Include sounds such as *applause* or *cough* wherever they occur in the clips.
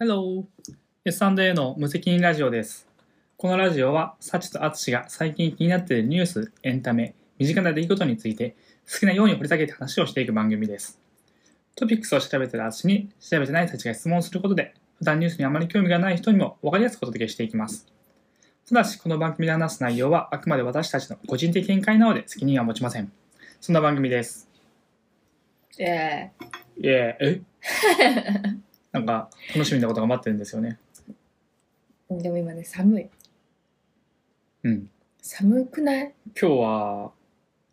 Hello! S&A の無責任ラジオです。このラジオは、サチとアツシが最近気になっているニュース、エンタメ、身近な出来事について、好きなように掘り下げて話をしていく番組です。トピックスを調べているアツシに、調べてない人たちが質問することで、普段ニュースにあまり興味がない人にも分かりやすくお届けしていきます。ただし、この番組で話す内容は、あくまで私たちの個人的見解なので、責任は持ちません。そんな番組です。ええいえ、えなんか、楽しみなことが待ってるんですよね。でも今ね寒いうん。寒くない今日は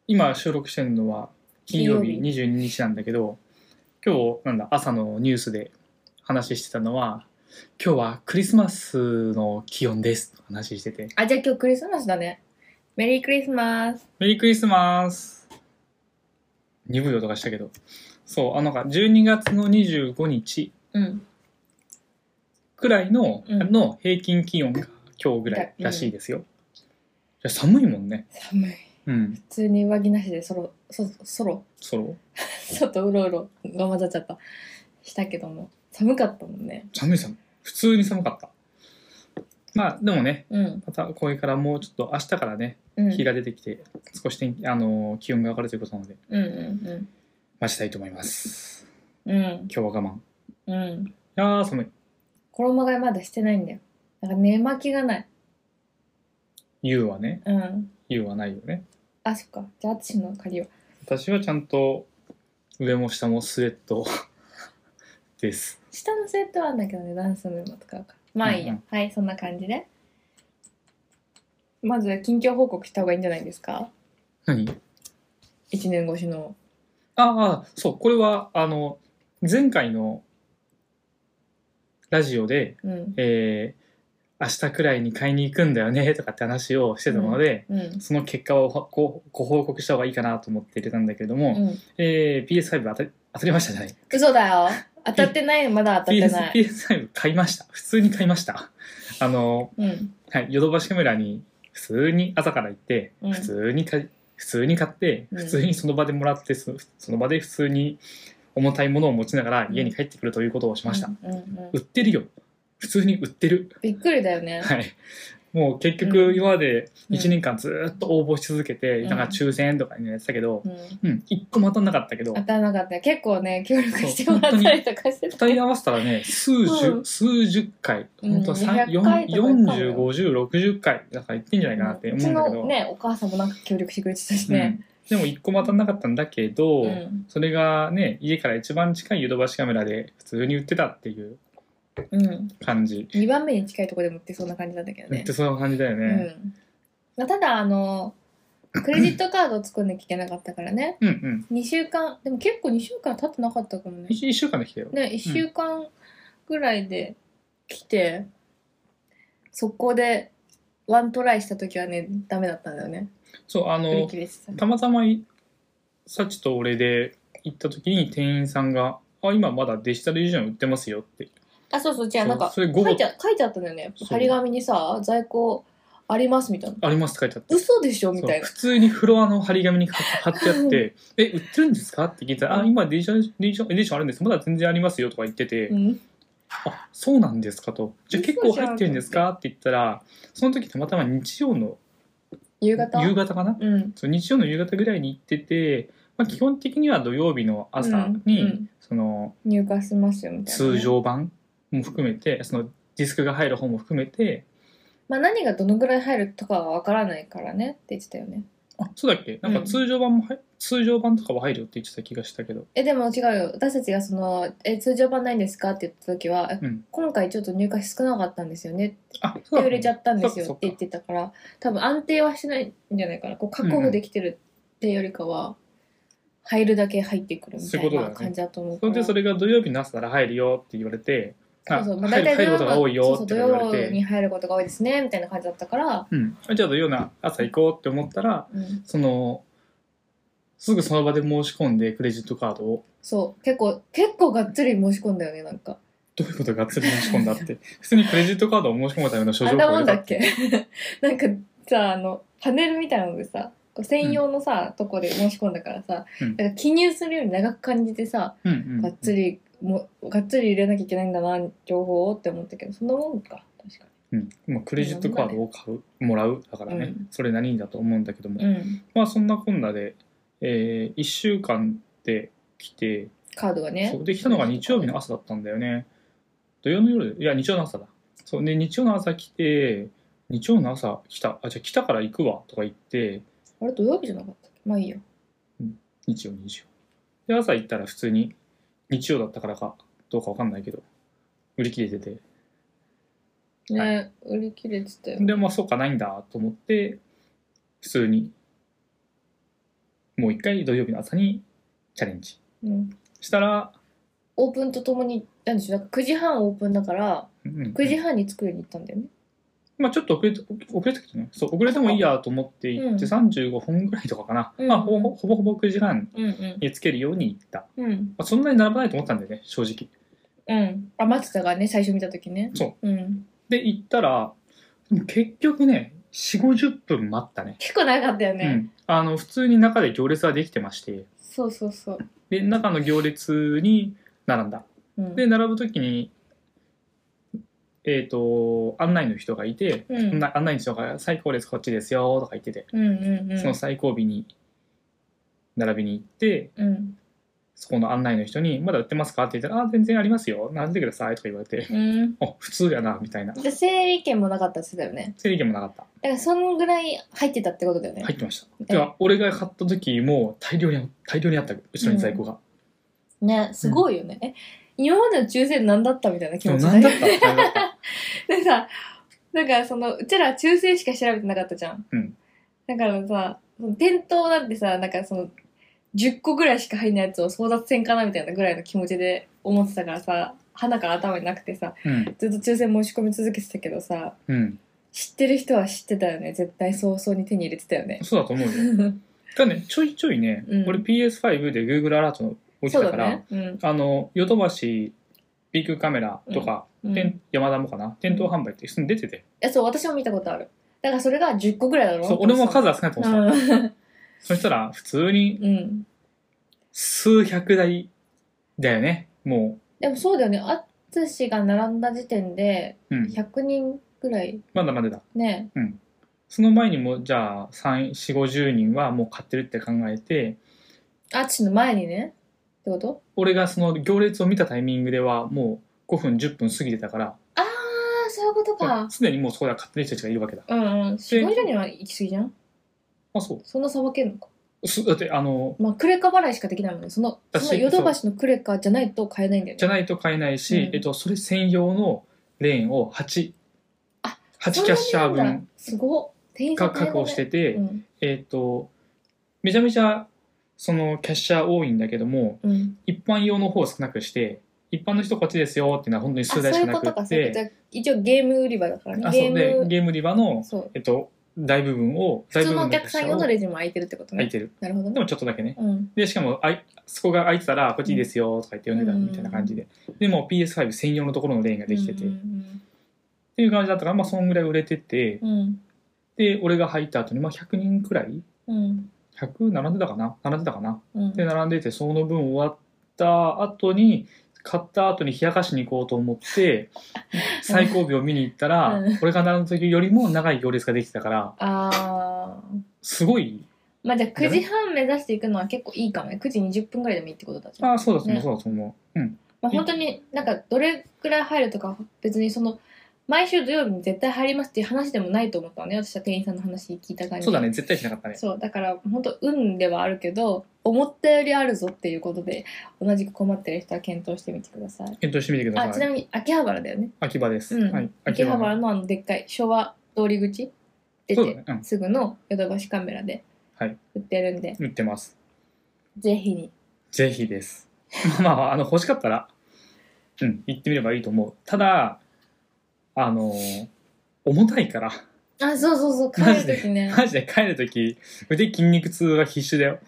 今収録してるのは金曜日金22日なんだけど今日なんだ朝のニュースで話してたのは今日はクリスマスの気温ですと話しててあじゃあ今日クリスマスだねメリークリスマスメリークリスマス鈍い音がしたけどそうあのなんか12月の25日うんくらいの,、うんの平均気温が今日ぐらいらしいですよ、いや寒いもんね寒いうん普通に上着なしでソロそソ *laughs* ロソロ外うろうろが混ざっちゃったしたけども寒かったもんね寒い寒い普通に寒かったまあでもねうんまたこれからもうちょっと明日からねうん日が出てきて少し天気、あのー気温が上がるということなのでうんうん待ちたいと思いますうんうん今日は我慢いうんやー寒い衣替えまだしてないんだよなんか寝巻きがない言うはねうん言うはないよねあそっかじゃあ私の借りよ私はちゃんと上も下もスウェット *laughs* ですう下のセットはあんだけどねダンスのも使うからまあいいや、うんはいそんな感じでまず近況報告した方がいいんじゃないですか何1年越しのああそうこれはあの前回のラジオで、うんえー明日くらいに買いに行くんだよねとかって話をしてたので、うんその結果をごご報告した方がいいかなと思って入れたんだけれども、うんえー PS5 当たり当たりましたじゃない嘘だよ当たってないよまだ当たってない、 PS PS5 買いました普通に買いましたあのうんはいヨドバシカメラに普通に朝から行って、うん普通に買い普通に買ってうん普通にその場でもらってそのその場で普通に重たいものを持ちながら家に帰ってくるということをしました、うんうんうん売ってるよ普通に売ってるびっくりだよねはい、もう結う局ん今までうん1年間ずーっと応募し続けて、うんなんか抽選とかにやってたけど、うんうん、一個も当たんなかったけど当たらなかった結構ね協力してもらったりとかしてた二人合わせたらね数十、うん数十回うん本当三200回とか四か十五十六十回だからいってんじゃないかなって思うんだけうちど、のねお母さんもなんか協力してくれてたしね、うんでも一個も当たんなかったんだけど、うんそれがね家から一番近いヨドバシカメラで普通に売ってたっていううん、感じ、 2番目に近いところでも売ってそうな感じなんだけどめっねちゃそういう感じだようね、んまあ、ただあのクレジットカードを作んなきゃいけなかったからねうん、うん2週間でも結構2週間経ってなかったかもね一1週間で来たよ、ね1週間ぐらいで来て、速攻でワントライした時はねダメだったんだよねそうあ売りの切れてたたまたまいサチと俺で行った時に店員さんが「あ今まだデジタルビジョン売ってますよ」ってあそうそうじゃそあうなんかそ書れ午後いてあ書いてあったんだよねそう張り紙にさ在庫ありますみたいな「あります」って書いてあって嘘でしょみたいなそう普通にフロアの張り紙に貼貼ってあって「え売ってるんですか?」って聞いたら「あ今デジタルデジタルエディションあるんですまだ全然ありますよ」とか言ってて「うんあそうなんですか」と「じゃあ結構入ってるんですか?」って言ったらその時たまたま日曜の夕方夕方かなうんそう日曜の夕方ぐらいに行ってて、まあ、基本的には土曜日の朝に、うんうんその入荷しますよみたいなね、通常版も含めてそのディスクが入る方も含めてまあ、何がどのぐらい入るとかは分からないからねって言ってたよねあそうだっけなんか通常版も入、通常版とかは入るよって言ってた気がしたけどえでも違うよ私たちがその「え通常版ないんですか?」って言った時は、えうん今回ちょっと入荷少なかったんですよね」ってあそうだ売れちゃったんですよそっっかそっかて言ってたから多分安定はしてないんじゃないかなこう確保できてるっていうよりかは入るだけ入ってくるみたそういいうことだよなね感じだと思うそかれらでそれが土曜日の朝から入るよって言われて、そうそうまあ入大る体入ることが多いよそうそうって土言わ曜れにて、入ることが多いですねみたいな感じだったから、うん、あじゃあ土曜の朝行こうって思ったら、うん、その、すぐその場で申し込んでクレジットカードを、そう結構結構がっつり申し込んだよねなんかどういうことがっつり申し込んだ *laughs* って、普通にクレジットカードを申し込むための諸あ情んなも報んだだっけ *laughs* なんかさあのパネルみたいなのでさこう専用のさ、とこで申し込んだからさ、うんなんか記入するより長く感じてさうんうん、がっつりもうがっつり入れなきゃいけないんだな情報をって思ったけどそんなもんか確かうんまあ、クレジットカードを買うもらうだからね、うんそれなりにだと思うんだけども、に、うん、まあそんなこんなで、え1週間で来てカードがねそうできたのが日曜日の朝だったんだよね土曜の夜いや日曜の朝だそうで日曜の朝来て日曜の朝来たあじゃあ来たから行くわとか言ってあれ土曜日じゃなかったっけまあいいよ日曜日曜で朝行ったら普通に日曜だったからかどうかわかんないけど売り切れててね、は売り切れてたよでまあそうかないんだと思って普通にもう一回土曜日の朝にチャレンジうん、したら、オープンとともになんでしょうなんか9時半オープンだからうんうん9時半に作りに行ったんだよね、まあ、ちょっと遅れた遅れたけどねそう遅れてもいいやと思って行ってう35分ぐらいとかかな、うんまあ、ほぼほぼほぼ9時半うんうにつけるように行った、んうんまあ、そんなに並ばないと思ったんだよね正直うんあ待ってたからね最初見た時ね、そうん、で行ったらでも結局ね4 5 0分待ったね結構長かったよね、うん、あの普通に中で行列はできてましてそうそうそう、で中の行列に並んだうん、で並ぶ時にえっ、と案内の人がいて、うんな案内の人が「最高列こっちですよ」とか言ってて、うんうんうんその最後尾に並びに行ってうんそこの案内の人に「まだ売ってますか?」って言ったら「あ全然ありますよ並んでください」とか言われてうん「あ普通やな」みたいなで整理券もなかったって言ってたよね整理券もなかっただからそのぐらい入ってたってことだよね、入ってましえたでは俺が買った時もう大量にあ大量にあったうちのに在庫が、ねすごいよね、え今までの抽選何だったみたいな気でも持ち何だでった何だった *laughs* でさなんかそのうちら抽選しか調べてなかったじゃん、うんだからさその店頭なんてさなんかその10個ぐらいしか入んないやつを争奪戦かなみたいなぐらいの気持ちで思ってたからさ鼻から頭になくてさうんずっと抽選申し込み続けてたけどさうん知ってる人は知ってたよね絶対早々に手に入れてたよね *laughs* そうだと思うよただねちょいちょいね、うん俺 PS5 で Google アラート起きそうたかだら、ねうんあのヨドバシビッグカメラとか、うん店山田もかな店頭販売って普通に出てて、いやそう私も見たことあるだからそれが10個ぐらいだろそう俺も数あは少ないと思ってた、そしたら普通にうん数百台だよねもうでもそうだよね淳が並んだ時点でうん、 100人ぐらいまだまだだねその前にもじゃあ3 4 5 0人はもう買ってるって考えて淳の前にねってこと俺がその行列を見たタイミングではもう5分10分過ぎてたからああそういうこともかうすでにもうそこでは買ってる人たちがいるわけだうんうんすごいには行き過ぎじゃんあそそんなさばけんのかうすだってあのまあクレカ払いしかできないもんねそのだしそのヨドバシのクレカじゃないと買えないんだよじねゃないと買えないし、うんえっと、それ専用のレーンを8あ8キャッシャーそんなになんだ分すごっ店員さんが確保して大て、変だねえっとめちゃめちゃそのキャッシャー多いんだけどもうん、うん、一般用の方を少なくして一般の人こっちですよっていうのは本当にあ数そう台しいかうなこくとかっそういうてことか一応ゲーム売り場だからねあそゲうーでムゲーム売り場の、そうえっと、大部分を大普部通分のお客さん用列のレジも空いてるってこと空いねてるなるほどでねもちょっとだけねうんでしかもあいそこが空いてたらこっちいいですよとか言って呼んでたうんみたいな感じで、でもう PS5 専用のところのレーンができてて、うっんていう感じだったからまあそんぐらい売れててうんうんで俺が入った後にまあ100人くらいうん100並んでたかな並んでたかなうんで並んでてその分終わった後に買った後に冷やかしに行こうと思 *laughs* って最後尾を見に行ったら、うん俺が並んだ時よりも長い行列ができてたからああすごいまあじゃあ9時半目指していくのは結構いいかもね9時20分ぐらいでもいいってことだじゃんああそうだと思う、ねそうだと思ううんまあ、本当になんかどれぐらい入るとか別にその毎週土曜日に絶対入りますっていう話でもないと思ったのね私は店員さんの話聞いた感じそうだね絶対しなかったねそうだから本当運ではあるけど思ったよりあるぞっていうことで同じく困ってる人は検討してみてください検討してみてくあださちないみに秋葉原だよね、秋葉です、うんはい秋葉原のあのでっかい昭和通り口出そうだてねうんすぐのヨドバシカメラではい売ってるんで、売ってますぜひにぜひです *laughs* まあまああの欲しかったらうん行ってみればいいと思うただあのー重たいからあそうそうそうマ帰ジる時ねでマジで帰る時腕筋肉痛は必死だよ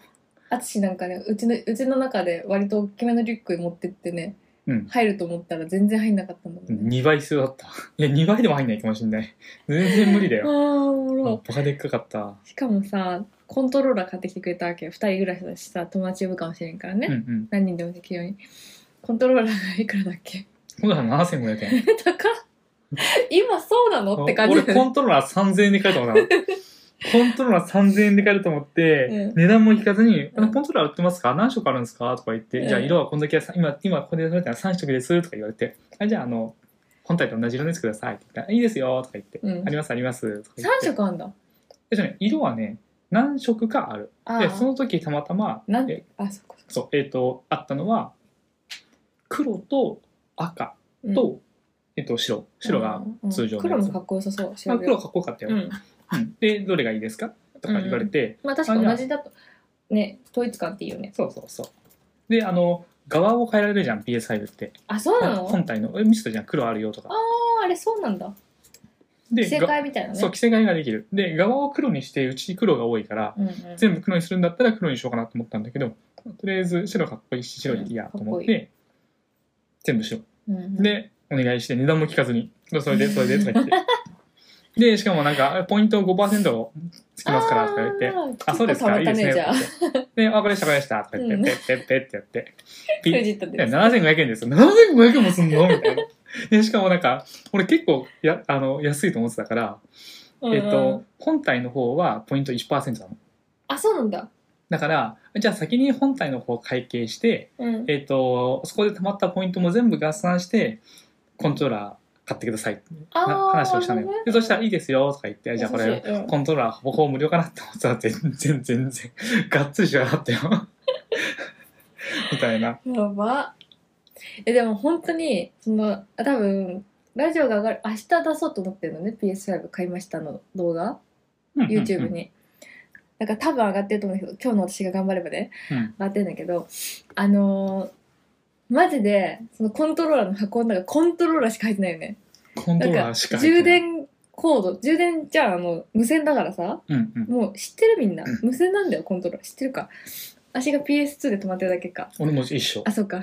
淳なんかねうちのうちの中で割と大きめのリュック持ってってね、うん入ると思ったら全然入んなかったんだもんね、 2倍必要だったいや2倍でも入んないかもしんない全然無理だあよあおもバろカでっかかったしかもさコントローラー買ってきてくれたわけよ2人暮らしだしさ友達呼ぶかもしれんからね、うんうん何人でもできるようにコントローラーがいくらだっけ *laughs* コントローラー7500円。高っ今そうなのって感じ俺コントローラー3000円で買えた *laughs* もんな。コントローラー3000円で買えると思って、うん値段も聞かずに、うんコントローラー売ってますか何色あるんですかとか言って、うんじゃあ色はこんだけさ、今、今ここで取れたら3色ですとか言われて、あじゃああの、本体と同じ色のやつくださいって言ったら、いいですよとか言って、うんありますありますとか言って。 3色あんだでそれね色はね、何色かある。あで、あその時たまたま、なんえあそっかそっかそう、えっ、と、あったのは、黒と赤うんと、えっ、と、白。白が、うんうん通常のやつ黒もかっこよさそうまあ、白黒かっこよかったよ。うんうんで、どれがいいですかとか言われて、まあ確か同じだとね統一感っていいよねそうそうそう。で、あの、側を変えられるじゃん、PS5 って。あそうなの本体の、え、ミストじゃん、黒あるよとかあ。ああれそうなんだで、正が解みたいなねそう、着せ替えができる。で、側を黒にして、うち黒が多いから、うんうん全部黒にするんだったら黒にしようかなと思ったんだけど、とりあえず白かっこいいし、白でいいやと思っうんかて、全部白。うんうんで、お願いして、値段も聞かずに、それで、それで、とか言って。で、しかもなんか、ポイント5%つきますから、とか言って。ーあ、そうですか、いい結構でたまったすねね。とかじゃあ言ってで、あ、わかりました、わかりました、とか言うんって、ペッペッペッってや *laughs* って。ピフッジットいやで7500円ですよ。7500円もすんのみたいな。で、しかもなんか、俺結構や、あの、安いと思ってたから、えっうんうとん、本体の方はポイント1%なの。あそうなんだだから、じゃあ先に本体の方を会計して、うんえっと、そこで溜まったポイントも全部合算して、コントローラー買ってください。あなー話をしたのよ。なるほどで、ねそしたらいいですよ、とか言って、じゃあこ優しれ、いうんコントローラーほぼほぼ無料かなって思ってたら、全然、全然、がっつりしやがったよ。みたいな。やば。え、でも本当に、その、あ多分、ラジオが上がる、明日出そうと思ってるのね、PS5 買いましたの動画、YouTube に。なんか多分上がってると思うんだけど、今日の私が頑張ればね、うん上がってるんだけど、あのーマジで、そのコントローラーの箱の中、コントローラーしか入ってないよね。コントなロんーかラーしか入って充ない。電コード、充電じゃん、あの、無線だからさ、うんうん。もう知ってるみんな。無線なんだよ、コントローラー。知ってるか。私が PS2 で止まってるだけか。俺も一緒あ、。そうか。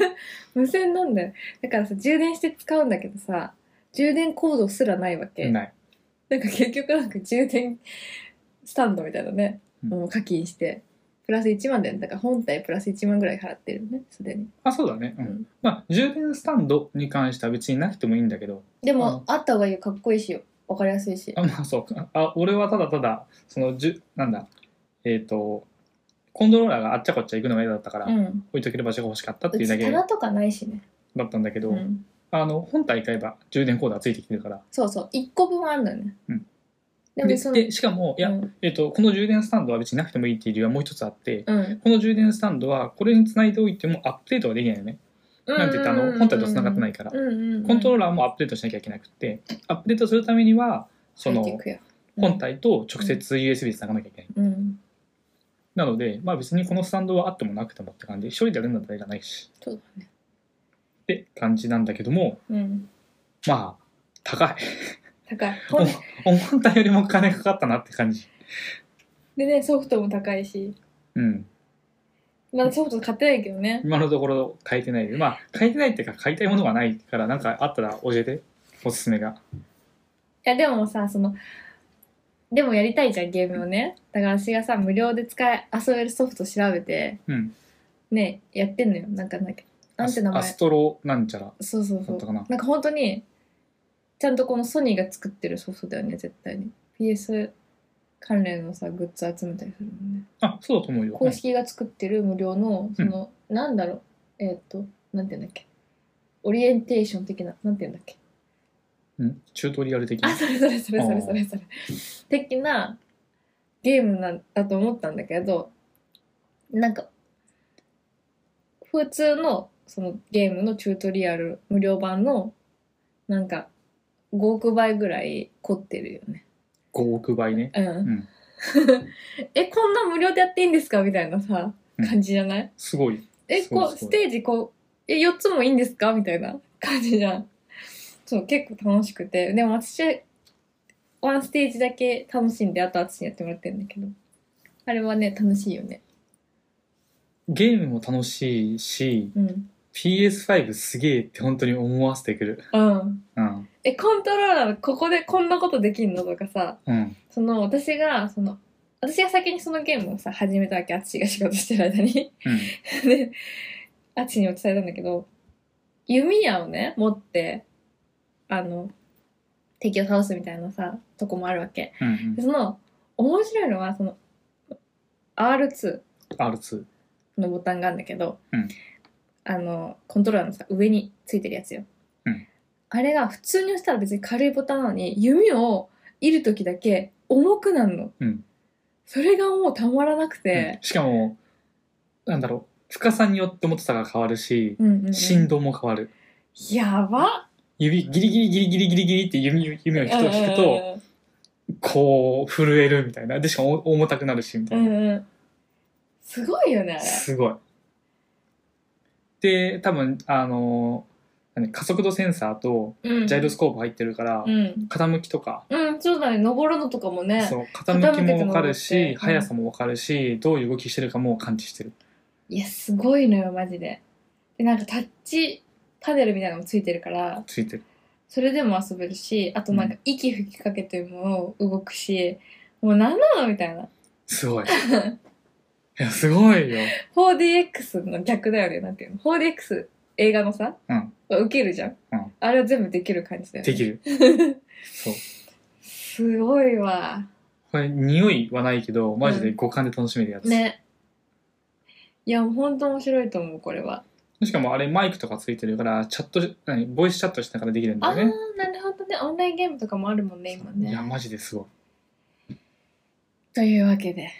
*laughs* 無線なんだよ。だからさ、充電して使うんだけどさ、充電コードすらないわけ。ない。なんか結局なんか充電スタンドみたいなね、うんもう課金して、プラス1万だよね。だから本体プラス1万ぐらい払ってるね、すでに。あ、そうだね。ううんん。まあ、充電スタンドに関しては別になくてもいいんだけど、であも、あった方がいいよ。かっこいいしよ。わかりやすいし。あ、まあそうか。あ、俺はただただ、その、じゅ、なんだ、えっ、と、コントローラーがあっちゃこっちゃ行くのが嫌だったから、うん。置いとける場所が欲しかったってういうだちけ棚だとかないしね。ったんだけど、うん。あの、本体買えば充電コードはついてきてるから。そうそう。1個分あるんだよね。うんででもその、でしかも、いや、うん。えっと、この充電スタンドは別になくてもいいっていう理由はもう一つあって、うん。この充電スタンドはこれにつないでおいてもアップデートができないよね。なんて言ったらあの、本体と繋がってないいから。うんうんうん。コントローララーもアップデートしなきゃいけなくって、アップデートするためには、その、本。体と直接 USB で繋がなきゃいけない。うん。なので、まあ別にこのスタンドはあってもなくてもって感じ。一人でやるんだったらいらないし。そうだね。って感じなんだけども、うん。まあ、高い。高い。お *laughs* 思ったよりも金かかったなって感じ。でね、ソフトも高いし。うん。まだソフト買ってないけどね。今のところ買えてない。まあ、買えてないっていうか、買いたいものがないから、なんかあったら教えて、おすすめが。いや、でもさ、その、でもやりたいじゃん、ゲームをね。だから私がさ、無料で使え、遊べるソフト調べて、うん。ね、やってんのよ。なんかなんか、なんて名ア前。ストロなんちゃら。そうそうだそっう。たかななんか本当に、ちゃんとこのソニーが作ってるソフトだよね、絶対に。PS 関連のさ、グッズ集めたりするもんね。あ、そうだと思うよ。公式が作ってる無料のその、なんだろうえーっ、となんて言うんだっけオリエンテーション的ななんて言うんだっけうん。チュートリアル的なあ。それそれそれそれそれそれ的なゲームなんだと思ったんだけどなんか普通のそのゲームのチュートリアル無料版のなんか5億倍ぐらい凝ってるよね5億倍ね。うん、んえこんな無料でやっていいんですかみたいなさうん感じじゃない、すごい。え、すごいこう、すごいステージこう、え、4つもいいんですかみたいな感じじゃん。そう、結構楽しくて。でも私、ワンステージだけ楽しんで、あと私にやってもらってるんだけど。あれはね、楽しいよね。ゲームも楽しいし、うん。 PS5 すげえって本当に思わせてくる。うん。うん。え、コントローラー、ここでこんなことできんのとかさ、うん。その、私が、その、私が先にそのゲームをさ、始めたわけ、私が仕事してる間に。うん。で、アチにも伝えたんだけど、弓矢をね、持って、あの、敵を倒すみたいなさ、とこもあるわけ。うんうんでその、面白いのは、その、R2 R2 のボタンがあるんだけど、うんあの、コントローラーのさ、上についてるやつよ。うんあれが普通に押したら別に軽いボタンなのに、弓を射るときだけ重くなるの。うんそれがもうたまらなくてうん、しかもなんだろう深さによって重たさが変わるし、うんうんうん振動も変わるやば指ギリギリギリギリギリギリって弓弓を一つ引くとこう震えるみたいなでしかもお重たくなるしみたういんな、うんうんすごいよねあれすごいで多分あの何加速度センサーとうんジャイロスコープ入ってるから、うん、傾きとかうん、そうだね登るのとかもねそう傾きも分かる傾けてもらってしうん速さも分かるしどういう動きしてるかも感知してるいやすごいのよマジででなんかタッチパネルみたいなのもついてるからついてるそれでも遊べるしあとなんか息吹きかけても動くし、もう何なのみたいなすごいいやすごいよ 4DX の逆だよねなんていうの 4DX 映画のさ、うん受けるじゃん、うんあれは全部できる感じだよねできるそうすごいわこれ匂いはないけどマジで五感で楽しめるやつ、ねいやほんと面白いと思うこれは、しかもあれマイクとかついてるからチャット何ボイスチャットしながらできるんだああよねーなるほどねオンラインゲームとかもあるもんね今いやねマジですごいというわけで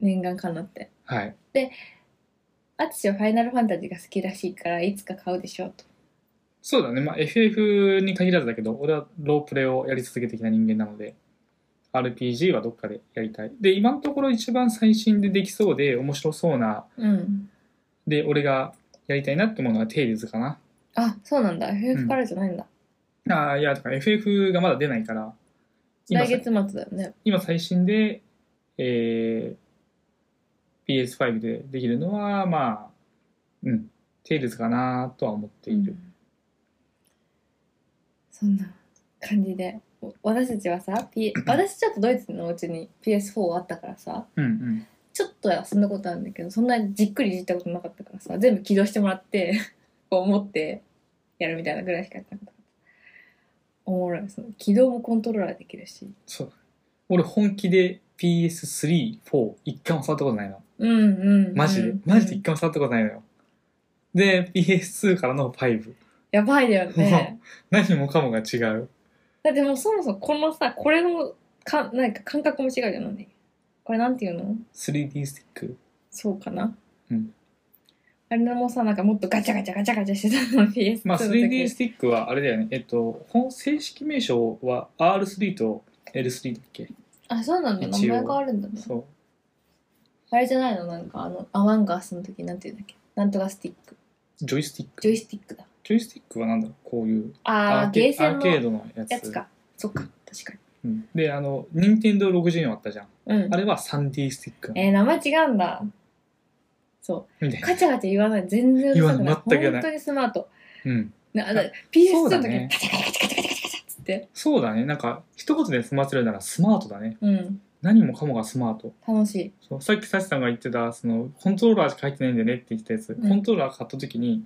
念願かなってはい淳はファイナルファンタジーが好きらしいからいつか買うでしょうとそうだねまあ FF に限らずだけど俺はロープレをやり続けてきた人間なので RPG はどっかでやりたいで今のところ一番最新でできそうで面白そうなうんで俺がやりたいなって思うのはテイルズかなあそうなんうだ FF んからじゃないんだ、あーいやだから FF がまだ出ないから今来月末だよね今最新で、えー PS5 でできるのはまあうんテイルズかなとは思っている、うんそんな感じでお私たちはさ、P、*clears throat* 私ちょっとドイツのうちに PS4 あったからさ、うん、うんちょっと遊んだことあるんだけどそんなにじっくりいじったことなかったからさ全部起動してもらって *laughs* こう持ってやるみたいなぐらいしかやってなかったおもろいその起動もコントローラーできるしそうだね俺本気で PS34 一回も触ったことないのうんうん、マジで、うんマジで一回も触ったことないのよで PS2 からの5やばいだよ *laughs* ね何もかもが違うだってもうそもそもこのさこれのかなんか感覚も違うじゃんなんでこれなんていうの 3D スティックそうかなうんあれもさなんかもっとガチャガチャガチャガチャしてたの PS2 まあの時 3D スティックはあれだよねえっと本正式名称は R3 と L3 だっけあそうなんだ名一応前があるんだねそうあれじゃないのなんかあのアワンガースの時なんていうんだっけなんとかスティックジョイスティックジョイスティックだジョイスティックはなんだろうこういうあアあーゲケーセンアーケーのドのやつやつかそっか確かうん、であの任天堂64あったじゃんにうんあれは 3D スティックえー、名前違うんだそみたいうな、ガチャガチャ言わない全然うるさく言ないわん全く言わない本当にスマートうん、なな PS2 そうだの時にねガチャガチャガチャガチャガチャガチャガチャっつってそうだねなんか一言で済ませるならスマートだねうん何もかもがスマート楽しい *laughs* そうさっきサシさんが言ってたそのコントローラーしか入ってないんだよねって言ってたやつ、うんコントローラー買った時に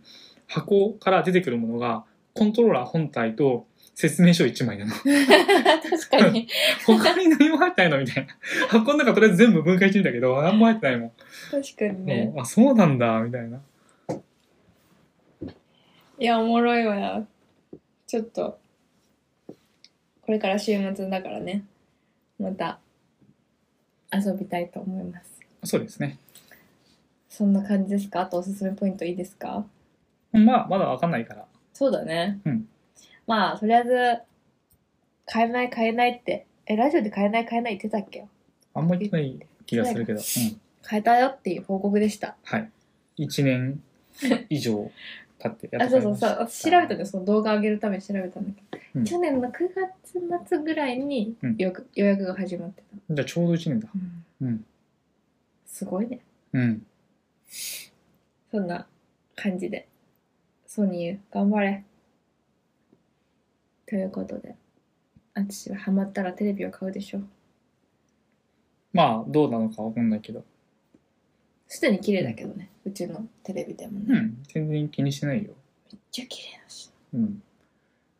箱から出てくるものがコントローラー本体と説明書1枚なの *laughs* 確か *laughs* に他に何も入ってないのみたいな箱の中とりあえず全部分解してみたけど何も入ってないも確かにん、ねうんあそうなんだみたいないやおもろいわちょっとこれから週末だからねまた遊びたいと思いますそうですねそんな感じですかあとおすすめポイントいいですかまあまだ分かんないからそうだね。うんまあ、とりあえず、買えない買えないって、え、ラジオで買えない買えない言ってたっけあんまりない気がするけど、うん、買えたよっていう報告でした。はい1年以上経ってやあ、っとそう買いまそうしそう。た私調べたんでその動画上げるために調べたんだけど、うん去年の9月末ぐらいにうん予約,、予約が始まってた。じゃあちょうど1年だうんすごいね。うんそんな感じで。ソニー、頑張れ。ということで、私はハマったらテレビを買うでしょう。まあどうなのか分かんないけどすでに綺麗だけどねうちのテレビでもね、うめっん全然気にしてないよちゃ綺麗だしうん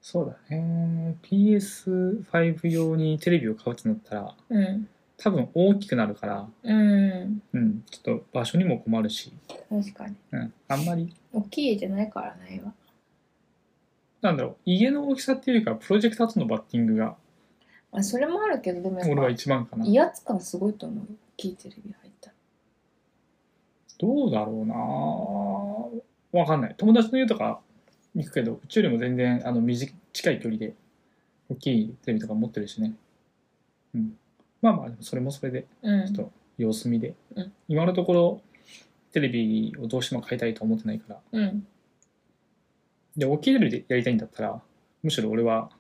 そうだね PS5 用にテレビを買うってなったらうん多分大きくなるからうんうんちょっと場所にも困るし、確かにうん、あんまり大きい家じゃないからね今なんだろう家の大きさっていうよりかはプロジェクターとのバッティングがあそれもあるけどでも俺はやっ一番かぱな威圧感すごいと思うよ大きいテレビ入ったらどうだろうなわかんない友達の家とか行くけどうちよりも全然あの短い近い距離で大きいテレビとか持ってるしねうんまあまあでもそれもそれでうんちょっと様子見で、うん今のところテレビをどうしても買いたいとは思ってないからうんで大きいテレビでやりたいんだったらむしろ俺は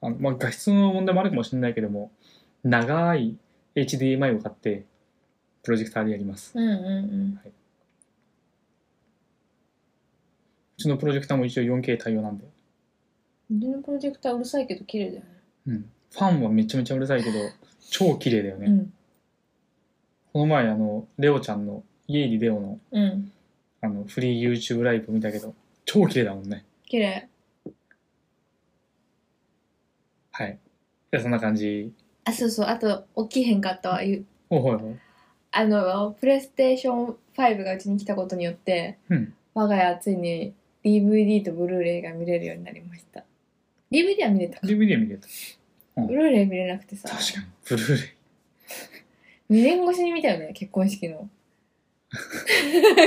あの、まあ、画質の問題もあるかもしれないけども長い HDMI を買ってプロジェクターでやりますうんうんうちのプロジェクターも一応 4K 対応なんで、うん家のプロジェクターうるさいけど綺麗だよねうん、ファンはめちゃめちゃうるさいけど超綺麗だよね、うんこの前あのレオちゃんの家入りレオのうんあのフリー YouTube ライブ見たけど超綺麗だもんね綺麗はいじゃあそんな感じあそうそうあと大きい変かったわゆおほいほいあのプレイステーション5がうちに来たことによってうん我が家はついに DVD とブルーレイが見れるようになりました DVD は見れたか DVD 見れたブルーレイ見れなくてさ確かにブルーレイ2年越しに見たよね結婚式の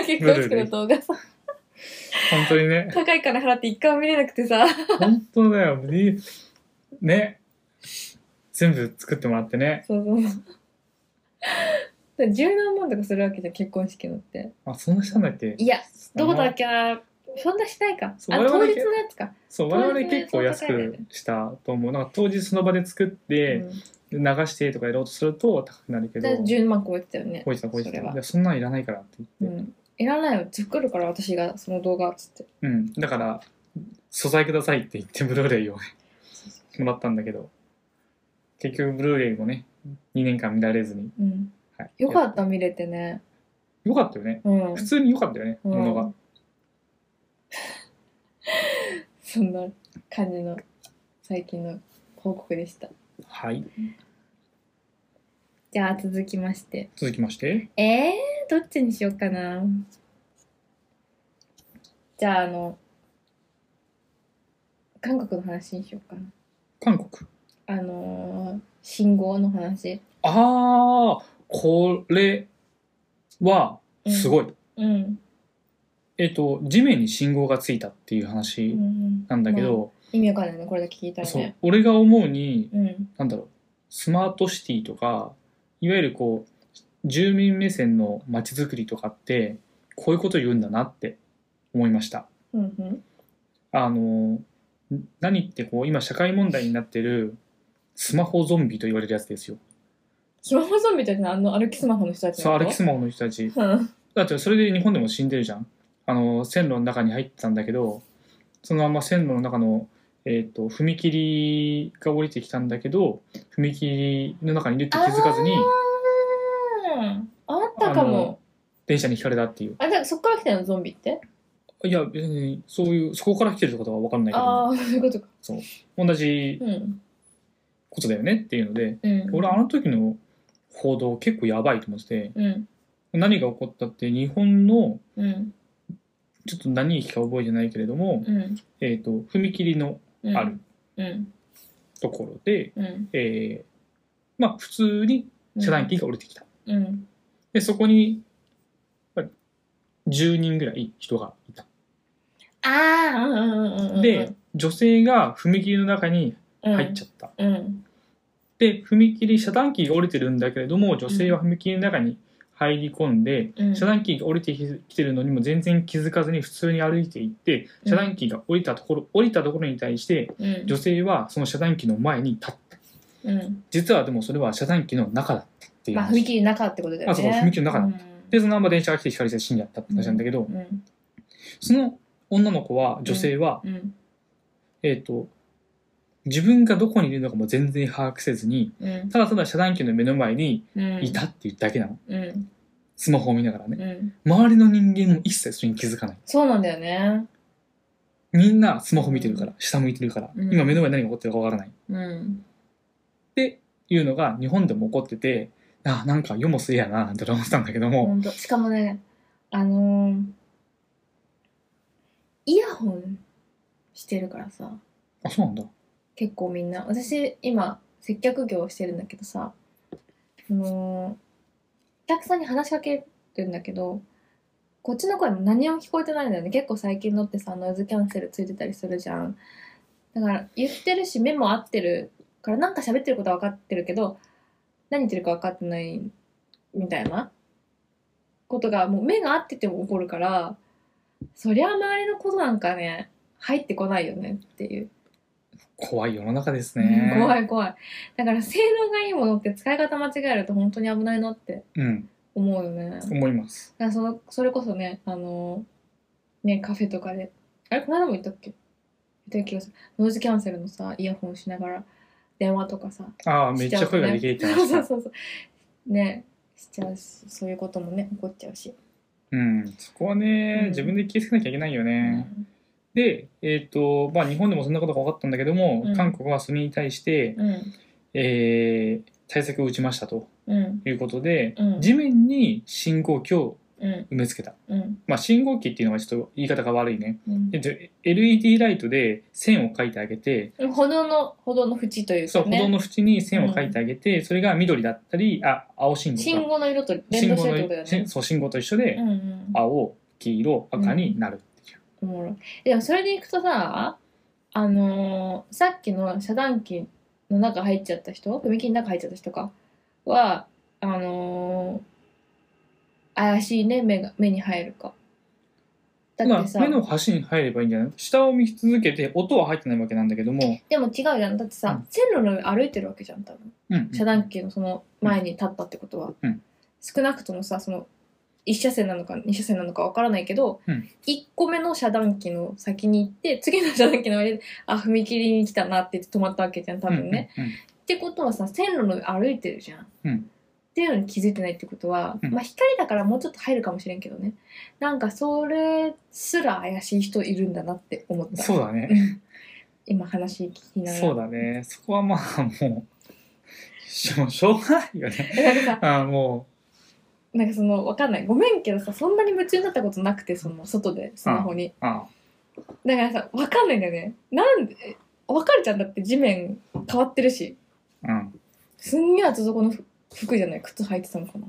結婚式の動画さ本当にね高い金払って一回も見れなくてさ本当だよねね全部作ってもらってねそうそうそう十何万とかするわけじゃん結婚式のってあそんなしたんだっけいやどうだあっけなそんなしないかあそう我々当日のやつか、そう我々結構安くしたと思うなんか当日その場で作ってうん流してとかやろうとすると高くなるけどだから10万超えてたよねこいつはこいつそれははいやそんなんいらないからってう言ってん、いらないよ作るから私がその動画っつってうん、だから素材くださいって言ってブルーレイをねそうそもらったんだけど結局ブルーレイもね2年間見られずに、う、うん、はい、よかった見れてねよかったよねうん普通に良かったよね、うんものがそんな感じの最近の報告でしたはいじゃあ続きまして続きましてえー、どっちにしようかなじゃああの韓国の話にしようかな韓国あのー、信号の話ああ、これはすごい。うん、えっと、地面に信号がついたっていう話うん、なんだけまあど、意味わかんないねこれだけ聞いたらそうね俺が思うに、うんなんだろう、スマートシティとか、いわゆるこう、住民目線の街づくりとかって、こういうこと言うんだなって思いました。うんうんあの、何ってこう、今社会問題になってる、スマホゾンビと言われるやつですよ。スマホゾンビってあの歩きスマホの人たちそう、な歩のきスマホの人たち。うんだってそれで日本でも死んでるじゃんあの線路の中に入ってたんだけどそのまま線路の中の、えー、と踏切が降りてきたんだけど踏切の中にいるって気づかずにあーあったかも電車にひかれたっていうあだからそっから来たのゾンビっていや別にそういうそこから来てるってことは分かんないけどああそういうことか同じうんことだよねっていうのでうん俺あの時の報道結構やばいと思っててうん何が起こったって日本のうんちょっと何駅か覚えてないけれども、うんえー、と踏切のうんあるうんところで、うんえーまあ普通に遮断機が降りてきた。うんで、そこに、やっぱり10人ぐらい人がいた。ああうんうんうんうんで、女性が踏切の中に入っちゃゃった。うんうんで、踏切、遮断機が降りてるんだけれども、女性は踏切の中に入り込んで、うん遮断機が降りてきてるのにも全然気づかずに普通に歩いていって、うん遮断機が降りたところ、降りたところに対して、うん女性はその遮断機の前に立った。うん実はでもそれは遮断機の中だったっていうまあ話。踏切の中ってことだよねあそう踏切の中だうっんで、そのまま電車が来て光りて死んじゃったって話なんだけど、うんその女の子は、女性は、うんえっ、と、自分がどこにいるのかも全然把握せずに、うんただただ遮断機の目の前にうんいたっていうだけなの。うんスマホを見ながらね。うん、周りの人間も一切それに気づかない。そうなんだよね。みんなスマホ見てるから、下向いてるから、うん今目の前に何が起こってるかわからない。っうん。ていうのが日本でも起こってて、あ、なんか世も末やな、なんて思ってたんだけども、本当しかもね、あのーイヤホンしてるからさ、あ、そうなんだ。結構みんな、私今、接客業をしてるんだけどさ、あのーお客さんに話しかけるんだけど、こっちの声も何も聞こえてないんだよね。結構最近のってさ、ノイズキャンセルついてたりするじゃん。だから、言ってるし、目も合ってるから、なんか喋ってることは分かってるけど、何言ってるか分かってないみたいなことが、もう目が合ってても起こるから、そりゃ周りのことなんかね、入ってこないよねっていう。怖い世の中ですねう。ん怖い怖いだから性能がいいものって使い方間違えると本当に危ないなってうん、思うよねだか思います。らそのそれこそねあのねカフェとかであれこの間も言ったっけ言った気がするノイズキャンセルのさイヤホンしながら電話とかさああ、めっちゃ声ができるってそう話そうだ。そうそうねしちゃうしそういうこともね起こっちゃうし、うん、そこはね、うん自分で気をつけなきゃいけないようね。んで、えっ、と、まあ日本でもそんなことが分かったんだけども、うん韓国はそれに対して、うんえー対策を打ちましたとうんいうことで、うん地面に信号機をうん埋め付けた。うんまあ信号機っていうのはちょっと言い方が悪いね。うんえっと LED ライトで線を描いてあげて、歩道の歩道の縁というそう、か歩道ねの縁に線を描いてあげて、それが緑だったり、あ、青信号か信号の色と連動してるってことだよ信号のねそう、信号と一緒で、うんうん青、黄色、赤になるっていう。おもろいでもそれでいくとさあのーさっきの遮断機の中入っちゃった人踏切の中入っちゃった人かはあのー怪しいね目が目に入るかだまっあてさ、目の端に入ればいいんじゃない下を見続けて音は入ってないわけなんだけども、でも違うじゃんだってさ、うん線路の上歩いてるわけじゃん多分うん遮断機のその前に立ったってことは、うん少なくともさその1車線なのか2車線なのかわからないけど、うん1個目の遮断機の先に行って次の遮断機の上であ踏切に来たなって言って止まったわけじゃん多分ね、。うんうんってことはさ線路の上歩いてるじゃん、うんっていうのに気づいてないってことは、うんまあ光だからもうちょっと入るかもしれんけどねなんかそれすら怪しい人いるんだなって思っうんたそうだうね。ん今話聞きながらそうだね。そこはまあもう、しょしょうがないよね。 *laughs* えなんかさあもなんかそのわかんないごめんけどさそんなに夢中になったことなくてその外でスマホにう、あだからさわかんないんだよねなんでわかるじゃんだって地面変わってるしうん。すんげえ厚底のふ服じゃない靴履いてたのかな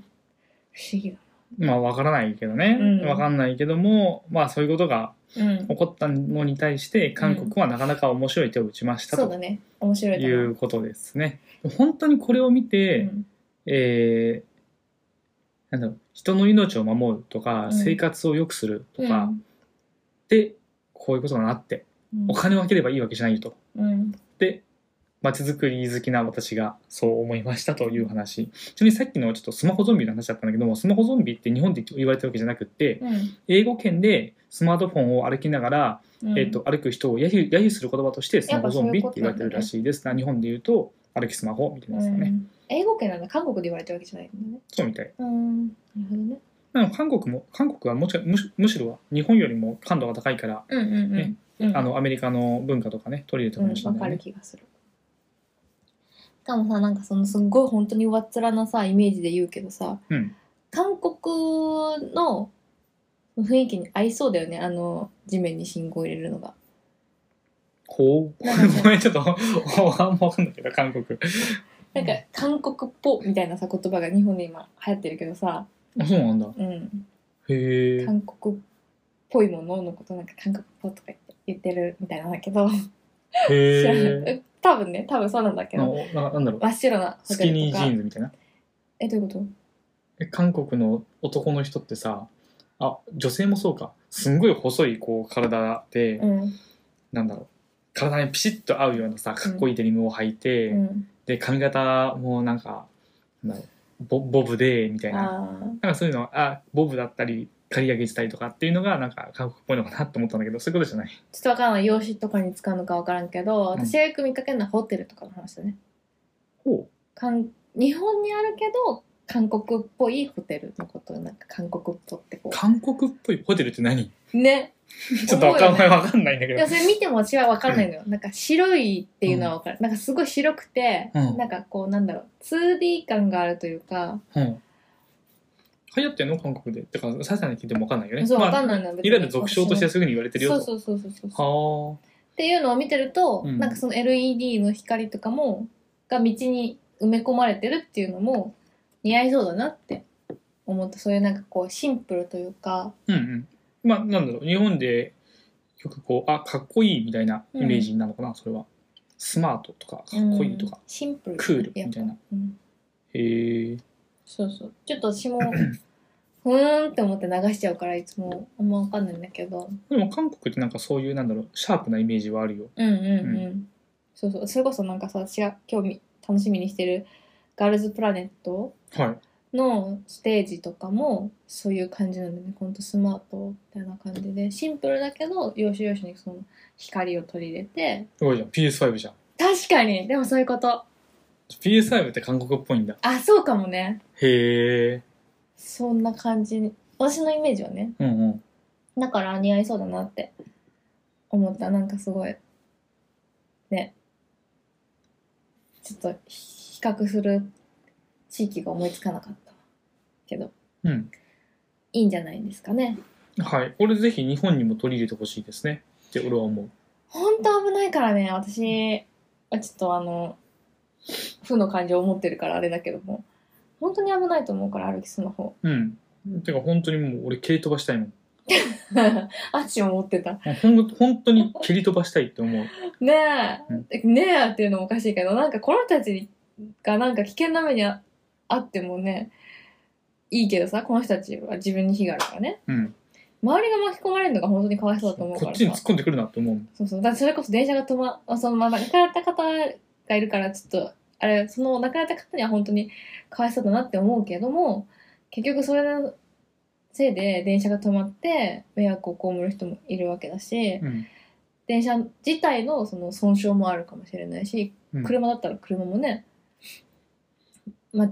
不思議まあわからないけどねうん。わ、かんないけども、まあそういうことがだうん起こったのに対して、韓国はなかなか面白い手を打ちましたそうだとね面白いいだろうことですね。本当にこれを見て、うんえーなんだろう人の命を守るとか、うん生活を良くするとか、うんでこういうことがあってうんお金を分ければいいわけじゃないと。うんでまちづくり好きな私がそう思いましたという話ちなみにさっきのちょっとスマホゾンビの話だったんだけどもスマホゾンビって日本で言われてるわけじゃなくってうん英語圏でスマートフォンを歩きながら、うんえっと歩く人を揶揄揶揄する言葉としてスマホゾンビって言われてるらしいですな日本で言うと歩きスマホみたいなうやつだね、ん英語圏なんだ韓国で言われてるわけじゃないんだねそうみたいうんなるほどねなので韓国も韓国はもちろんむしむしろは日本よりも感度が高いから、うんうんねうんうんあのアメリカの文化とかね取り入れてるうん、かもしれわなかい、るね気がする。しかもさ、なんかそのすっごい本当に上っ面なさ、イメージで言うけどさ、うん韓国の雰囲気に合いそうだよね、あの地面に信号入れるのが。ほうなんかねごめんちょっとあんま分かんないけど韓国なんか韓国っぽみたいなさ、言葉が日本で今流行ってるけどさ、あそうなんだへうん、え韓国っぽいもののことなんか韓国っぽとか言って言ってるみたいなんだけど、知らへなえい。 *laughs* 多分ね、多分そうなんだけど、ななんだろう真っ白なホステキルニとーかジーンズみたいなえ、どういうことえ韓国の男の人ってさあ女性もそうかすんごい細いこう体で、うん、なんだろう体にピシッと合うようなさかっこいいデニムを履いて、うん。で髪型もなんかなんだろうボボブでみたいなああ。なんかそういうのあボブだったり刈り上げしたりとかっていうのがなんか韓国っぽいのかなと思ったんだけどそういうことじゃないちょっとわからない用紙とかに使うのかわからんけど私がよく見かけるのはホテルとかの話だね、ほ韓日本にあるけど韓国っぽいホテルのことをなんか韓国っぽってこ韓国っぽいホテルって何 *laughs* うねちょっとわかんない、わかんないんだけいどや。それ見ても私は分かんないのよ、なんか白いっていうのは分かる、なんかすごい白くて、うんなんかこうなんだろう 2D 感があるというかうん。流行ってんの韓国で。てか、サイさんに聞いてもわかんないよね。そうまあ分かんないのよ、別いにわゆる俗称としてすぐに言われてるよそと。うそうそうそうそうはっていうのを見てると、うんなんかその LED の光とかもが道に埋め込まれてるっていうのも似合いそうだなって思ったそういうなんかこうシンプルというかあ。うんうん。まあ、なんだろう、日本でよくこう、あ、かっこいいみたいなイメージなのかな、それは。スマートとか、かっこいいとかうん、シンプルクールみたいな。うん、へえ。そうそうちょっ *clears throat* と私もふーんって思って流しちゃうからいつもあんま分かんないんだけどでも韓国ってなんかそういう、なんだろう、シャープなイメージはあるよ。うんうんうん、うそうそうそれこそなんかさ私が興味楽しみにしてるガールズプラネットはい。のステージとかもそういう感じなんだよねほんとスマートみたいな感じでシンプルだけど要所要所にその光を取り入れてすごいじゃん。PS5 じゃん。確かにでもそういうこと PS5 って韓国っぽいんだ。あそうかもねへえ。そんな感じに私のイメージはねうんうん。だから似合いそうだなって思ったなんかすごいねちょっと比較する地域が思いつかなかったけどうん。いいんじゃないですかねはい。これぜひ日本にも取り入れてほしいですね。って俺は思う。ほんと危ないからね私はちょっとあの負の感情を持ってるからあれだけども本当に危ないと思うから歩きスマホ *laughs* うん。てか本当にもう俺蹴り飛ばしたいもん。あっちも持ってたほん本当に蹴り飛ばしたいって思う。ねえ、ねえっていうのもおかしいけどなんかこの人たちがなんか危険な目にああってもねいいけどさこの人たちは自分に非があるからねうん。周りが巻き込まれるのが本当にかわいそうだと思うかこっらちに突っさ込んでくるなって思うもん。そうそうだってそれこそ電車が止まあそのまま亡くなった方がいるからちょっとあれその亡くなった方には本当にかわいそうだなって思うけども結局それのせいで電車が止まって迷惑を被る人もいるわけだし、うん。電車自体のその損傷もあるかもしれないしうん車だったら車もね間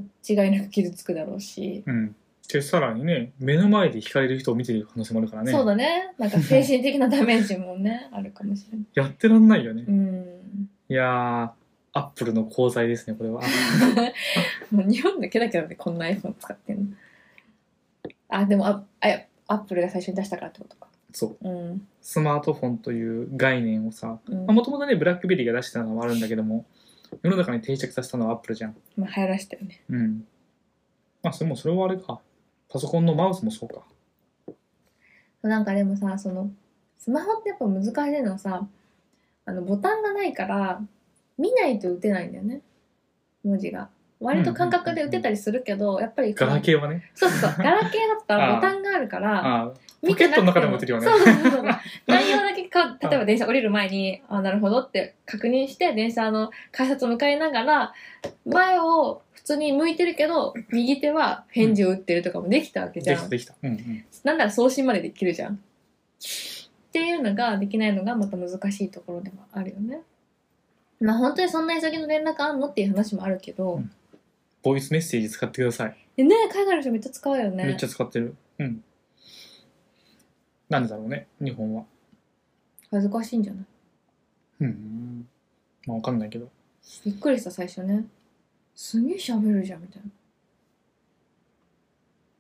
違いなく傷つくだろうし、うん。で、さらにね、目の前で引かれる人を見てる可能性もあるからね。そうだねなんか精神的なダメージもねあるかもしれない。やってらんないよね。うんいやー、アップルの功罪ですね、これ *laughs* は。もう日本だけだけどねこんな iPhone 使ってんのあでもああやアップルが最初に出したからってことかそう。うん、スマートフォンという概念をさ、うんもともとね、ブラックベリーが出してたのもあるんだけども、世の中に定着させたのはアップルじゃん。まあ流行らしたよねうん。まあ、それも、それはあれか。パソコンのマウスもそうか。なんかでもさそのスマホってやっぱ難しいのはさあのボタンがないから見ないと打てないんだよね文字が割と感覚で打てたりするけど、やっぱりガラケーはね。そうそうガラケーだったあらあボタンがあるからあ見てポケッなくてトの中でも打てるよねそうそうそうそう *laughs* 内容だけか例えば電車降りる前にあなるほどって確認して電車の改札を迎えながら前を普通に向いてるけど右手は返事を打ってるとかもできたわけーじゃでんきた、できた。うんうん。なんなら送信までできるじゃん。っていうのができないのがまた難しいところではあるよね。まあ本当にそんな急ぎの連絡あんのっていう話もあるけど、うんボイスメッセージ使ってください。でね海外の人めっちゃ使うよね。めっちゃ使ってる。うん。なんでだろうね、日本は。恥ずかしいんじゃないうん。まあ、わかんないけど。びっくりした最初ね。すげえ喋るじゃんみたいな。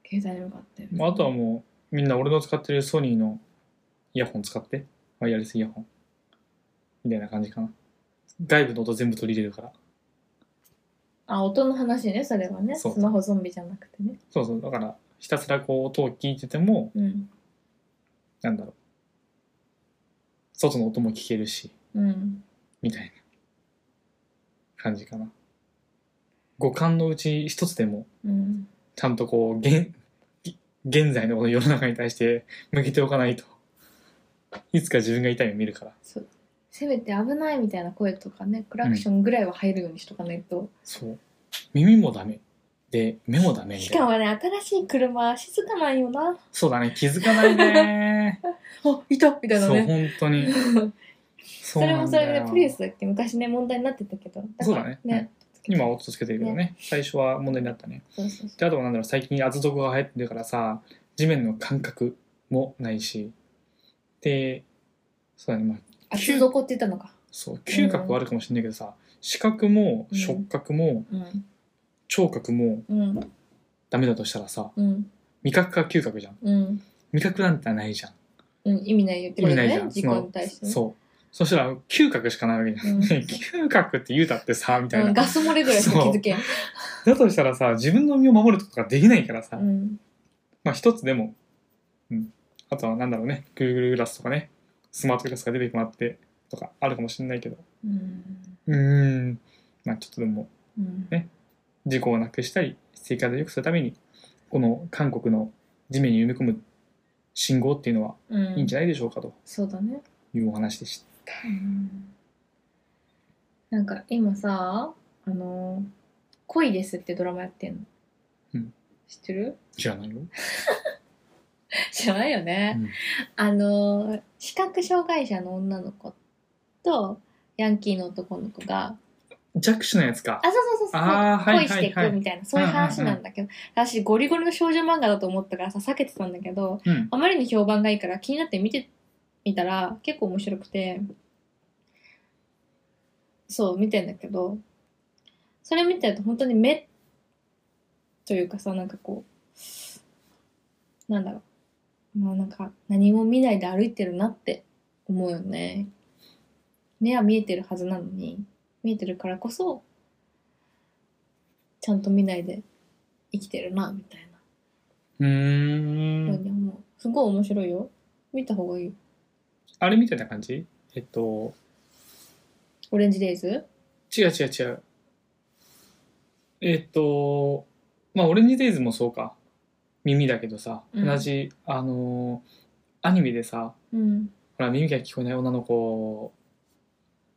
携帯に向かって。まあ、あとはもう、みんな俺の使ってるソニーのイヤホン使って。ワイヤレスイヤホン。みたいな感じかな。外部の音全部取り入れるから。あ、音の話ね、それはね。そうスマホゾンビじゃなくてね。そうそう。だから、ひたすらこう音を聞いてても、うん。なんだろう。外の音も聞けるし、うん。みたいな感じかな。五感のうち一つでも、うん。ちゃんとこう、現、現在のこの世の中に対して向けておかないと。いつか自分が痛い目見るから。そう。せめて危ないみたいな声とかね、クラクションぐらいは入るようにしとかないと。そう。耳もダメ。で、目もダメみしたいかな。もね新しい車静かなんよなそうだね、気づかないね。あいたみ *laughs* たいなそう、ね本当に。 *laughs* そそれもそれでプリウスス。だっけ昔ね問題になってたけどそうだね。つけて今は音つけてるけどね最初は問題になったねそうそうそであとはなんだろう最近厚底が流行ってるからさ地面の感覚もないしでそうだねまあう厚底って言ったのかそう嗅覚はあるかもしれないけどさ、視覚もうん触覚もうん聴覚もうんダメだとしたらさうん味覚か嗅覚じゃんうん、味覚なんてないじゃんうん、意味ないよ意味ないじゃこれんね時間に対してねそうそしたら嗅覚しかないわけじゃん、うん *laughs* 嗅覚って言うたってさみたいな、うん、ガス漏れぐらいしか気づけんだとしたらさ自分の身を守るとかができないからさ、うんまあ一つでも、うん、あとはなんだろうね Google グラスとかねスマートグラスが出てもらってとかあるかもしれないけどうんうーんまあちょっとでもうん事故をなくしたり生活を良くするためにこの韓国の地面に埋め込む信号っていうのはうんいいんじゃないでしょうかとそうだねいうお話でした。うんなんか今さあの「恋です」ってドラマやってんの、うん知ってる知らないよ。知らないよね、あの視覚障害者の女の子とヤンキーの男の子が弱視のやつかあ。そうそうそうそう、あーはい恋していはいはくいみたいなそういう話なんだけど、私ゴリゴリの少女漫画だと思ったからさ避けてたんだけどうん。あまりに評判がいいから気になって見てみたら結構面白くてそう見てんだけどそれ見てると本当に目というかさなんかこうなんだろうまあなんか何も見ないで歩いてるなって思うよね目は見えてるはずなのに見えてるからこそちゃんと見ないで生きてるなみたいなうふうーん。に思うすごい面白いよ見た方がいいあれみたいな感じえっと、オレンジデイズ違う違う違う。えっと、まあ、オレンジデイズもそうか。耳だけどさ、うん同じ、あのーアニメでさ、うんほら、耳が聞こえない女の子、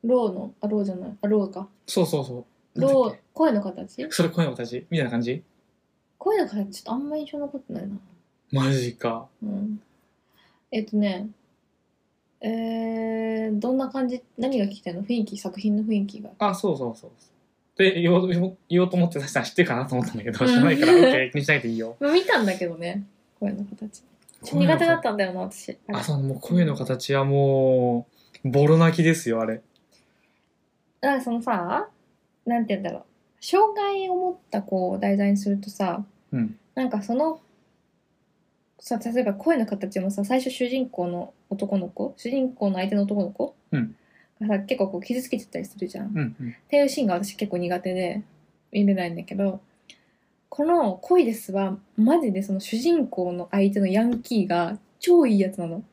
ローのあローじゃないあローかそうそうそう。なんだロっー声の形けそれ声の形みたいな感じ声の形ちょっとあんま印象残ってないなマジか。うんえっとねえー、どんな感じ何が聞きたいの雰囲気作品の雰囲気があ、そうそうそう。で、言おう言おう言おうと思ってさ、知ってるかなと思ったんだけど、うん知らないから、オッケー気にしないでいいよ。まあ見たんだけどね声の形ちょ苦手だったんだよな私あれあ、そう、もう声の形はもう、ボロ泣きですよ、あれ。なんかそのさなんて言うんだろう障害を持った子を題材にするとさ、うんなんかそのさ例えば声の形もさ最初主人公の男の子主人公の相手の男の子、うんがさ結構こう傷つけてたりするじゃん、うっん、うん。ていうシーンが私結構苦手で見れないんだけどこの「恋です」はマジでその主人公の相手のヤンキーが超いいやつなの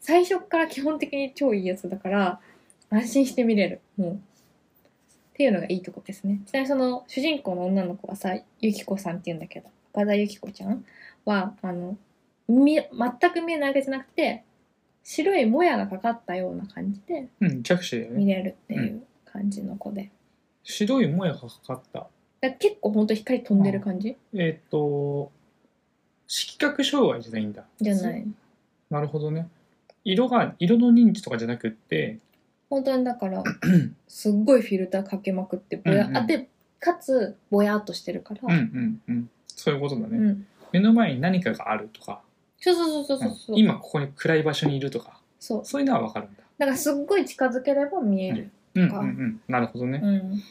最初から基本的に超いいやつだから安心して見れるもうっていうのがいいとこですねちなみにその主人公の女の子はさゆきこさんっていうんだけど岡田ゆきこちゃんはあのみ全く見えないわけじゃなくて白いもやがかかったような感じでうん、着手だよ見ね。れるっていう感じの子で、白いもやがかかった。だから結構ほんと光飛んでる感じえっ、と、色覚障害じゃないんだ。じゃないなるほどね。色が、色の認知とかじゃなくって、本当にだから *clears throat* すっごいフィルターかけまくってぼや、うんうんあでかつぼやっとしてるから、うんうんうん。そういうことだね。うん目の前に何かがあるとか、そうそうそうそうそううん今ここに暗い場所にいるとか、そうそういうのはわかるんだ。だからすっごい近づければ見える、うんうんうん。なるほどね。うん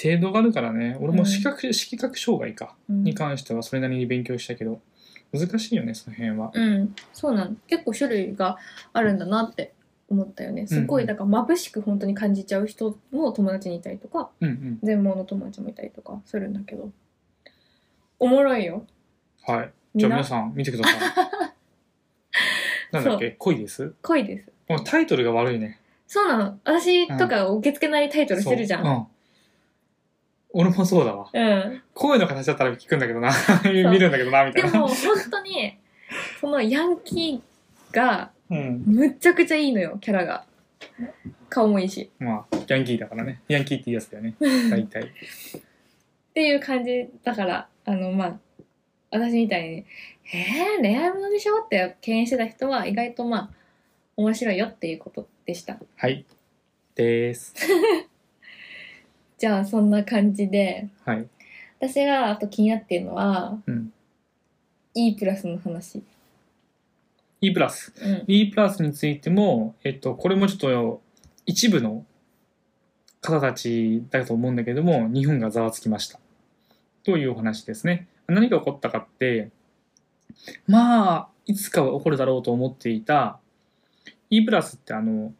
程度があるからね俺も視覚、視覚障害かうんに関してはそれなりに勉強したけど難しいよねその辺は、うん、そうなの結構種類があるんだなって思ったよねすごうんういんだから眩しく本当に感じちゃう人も友達にいたりとかうんうん全盲の友達もいたりとかするんだけどおもろいよはいみじゃんあな皆さん見てくだ *laughs* さいなんだっけ恋です恋ですもうタイトルが悪いねそうなの私とか受け付けないタイトルしてるじゃ、そうんうん俺もそうだわうん声の形だったら聞くんだけどな見るんだけどなみたでいな *laughs* も本当にそのヤンキーがうんむっちゃくちゃいいのよキャラが顔もいいしまあヤンキーだからねヤンキーっていうやつだよ *laughs* ね大体っていう感じだからあのまあ私みたいに「えー、恋愛ものでしょ?」って敬遠してた人は意外とまあ面白いよっていうことでしたはいですじゃあそんな感じではい。私があと気になっているのはうん。 E プラスの話、 E プラス。うん E プラスについても、えっと、これもちょっと一部の方たちだと思うんだけども、日本がざわつきました。というお話ですね。何が起こったかって、まあ、いつかは起こるだろうと思っていた E プラスってあの、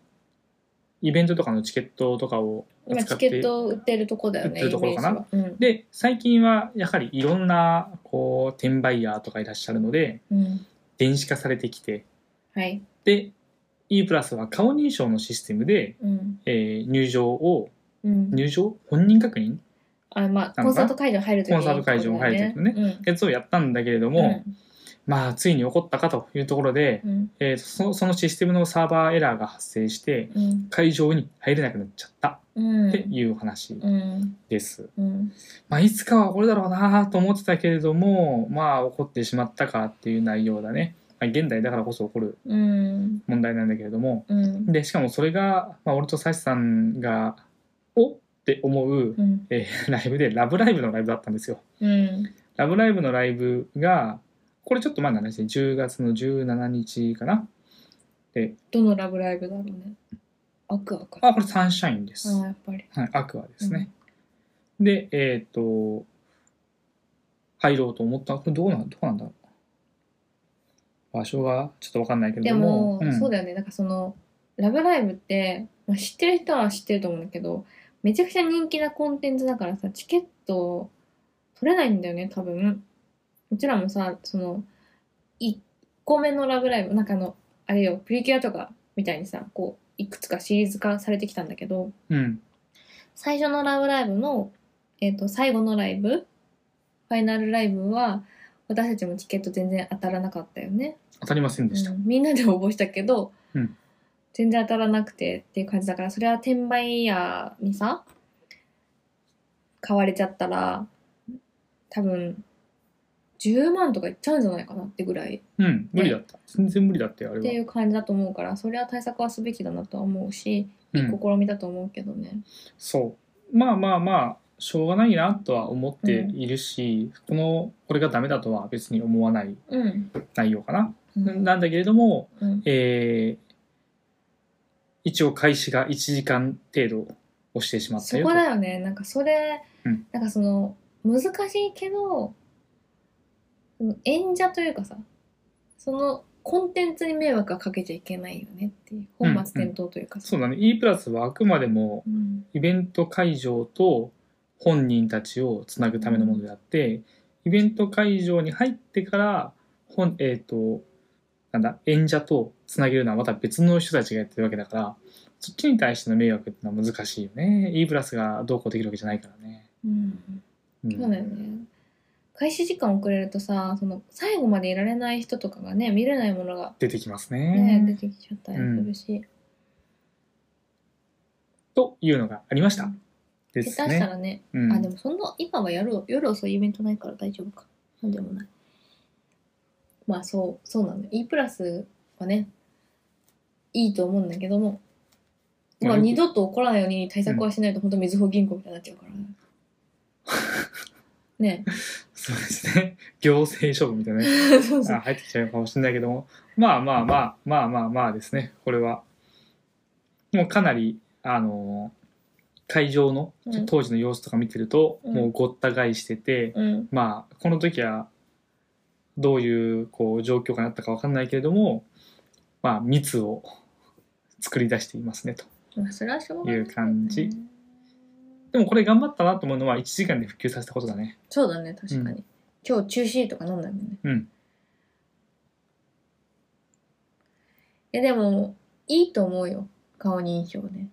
イベントとかのチケットとかを今扱チっケてットを売ってるとこだよね売ってるところかなイメージはで、最近はやはりいろんな、こう、転売ヤーとかいらっしゃるので、うん、うん、電子化されてきて、はい、で、E プラスは顔認証のシステムで、うんえー入場をうん、入場本人確認あまなあコのかンサなート会場入るときコンサート会場入る時のねねやつをやったんだけれどうんも、まあついに起こったかというところで、うんえーとそのそのシステムのサーバーエラーが発生してうん会場に入れなくなっちゃったうんっていうお話うんです、うんまあいつかはこれだろうなと思ってたけれどもまあ起こってしまったかっていう内容だね、まあ、現代だからこそ起こるうん問題なんだけれどもうんでしかもそれが、まあ、俺とサシさんがおって思う、うんえー *laughs* ライブで「ラブライブ!」のライブだったんですようんラブライブのライブが、これちょっと前なんですね、10月の17日かな。どのラブライブだろうねアクアかあ、これサンシャインです。あはやっぱりい、アクアですね。で、えっ、と、入ろうと思った。これどうなん、どうなんだろう。場所がちょっとわかんないけれでどもも、、うんそうだよねなんかそのラブライブって、まあ、知ってる人は知ってると思うんだけどめちゃくちゃ人気なコンテンツだからさチケット取れないんだよね多分うちらもさその1個目のラブライブなんかあのあれよプリキュアとかみたいにさこういくつかシリーズ化されてきたんだけどうん。最初のラブライブの、えっと最後のライブファイナルライブは私たちもチケット全然当たらなかったよね当たりませんでした。うんみんなで応募したけど、うん全然当たらなくてっていう感じだからそれは転売ヤーにさ買われちゃったら多分10万とかいっちゃうんじゃないかなってぐらいっうん、無理だった。全然無理だったよ、あれていは。う感じだと思うからそれは対策はすべきだなとは思うし、ういいん、試みだと思うけどね。そう。まあまあまあ、しょうがないなとは思っているし、この、これがダメだとは別に思わないうん、内容かな。うんなんだけれども、うんえー一応開始が1時間程度をしてしまったそよこだよねなんかそれ、うんなんかその難しいけどその演者というかさそのコンテンツに迷惑はかけちゃいけないよねっていう本末転倒というかそううだね E プラスはあくまでもんイベント会場と本人たちをつなぐためのものであってイベント会場に入ってから本えっ、となんだ演者とつなげるのはまた別の人たちがやってるわけだからそっちに対しての迷惑ってのは難しいよね E プラスがどうこうできるわけじゃないからね、うんうんそうだよね開始時間遅れるとさその最後までいられない人とかがね見れないものが、出てきますねね出てきちゃったりするし、というのがありましたで下手すしたね、らねうんあでもそんな今はやる夜遅いイベントないから大丈夫かなんでもないまあそうそうなの E プラスはねいいと思うんだけどもままああよく二度と起こらないように対策はしないと本当みずほ銀行みたいになっちゃう *laughs* からねねそうですね。行政処分みたいなね。えそうそうあ入ってきちゃうかもしれないけども。まあまあまあ、まあまあまあですね。これは。もうかなり、あのー会場のうん当時の様子とか見てると、うんもうごった返してて、うんまあ、この時は、どういう、こう、状況がなったかわかんないけれども、まあ、密を作り出していますねと。まあそれはしょうがない、いう感じでもこれ頑張ったなと思うのは、1時間で普及させたことだね。そうだね確かに、今日中止とかなんだよねうんえでもいいと思うよ顔認証ね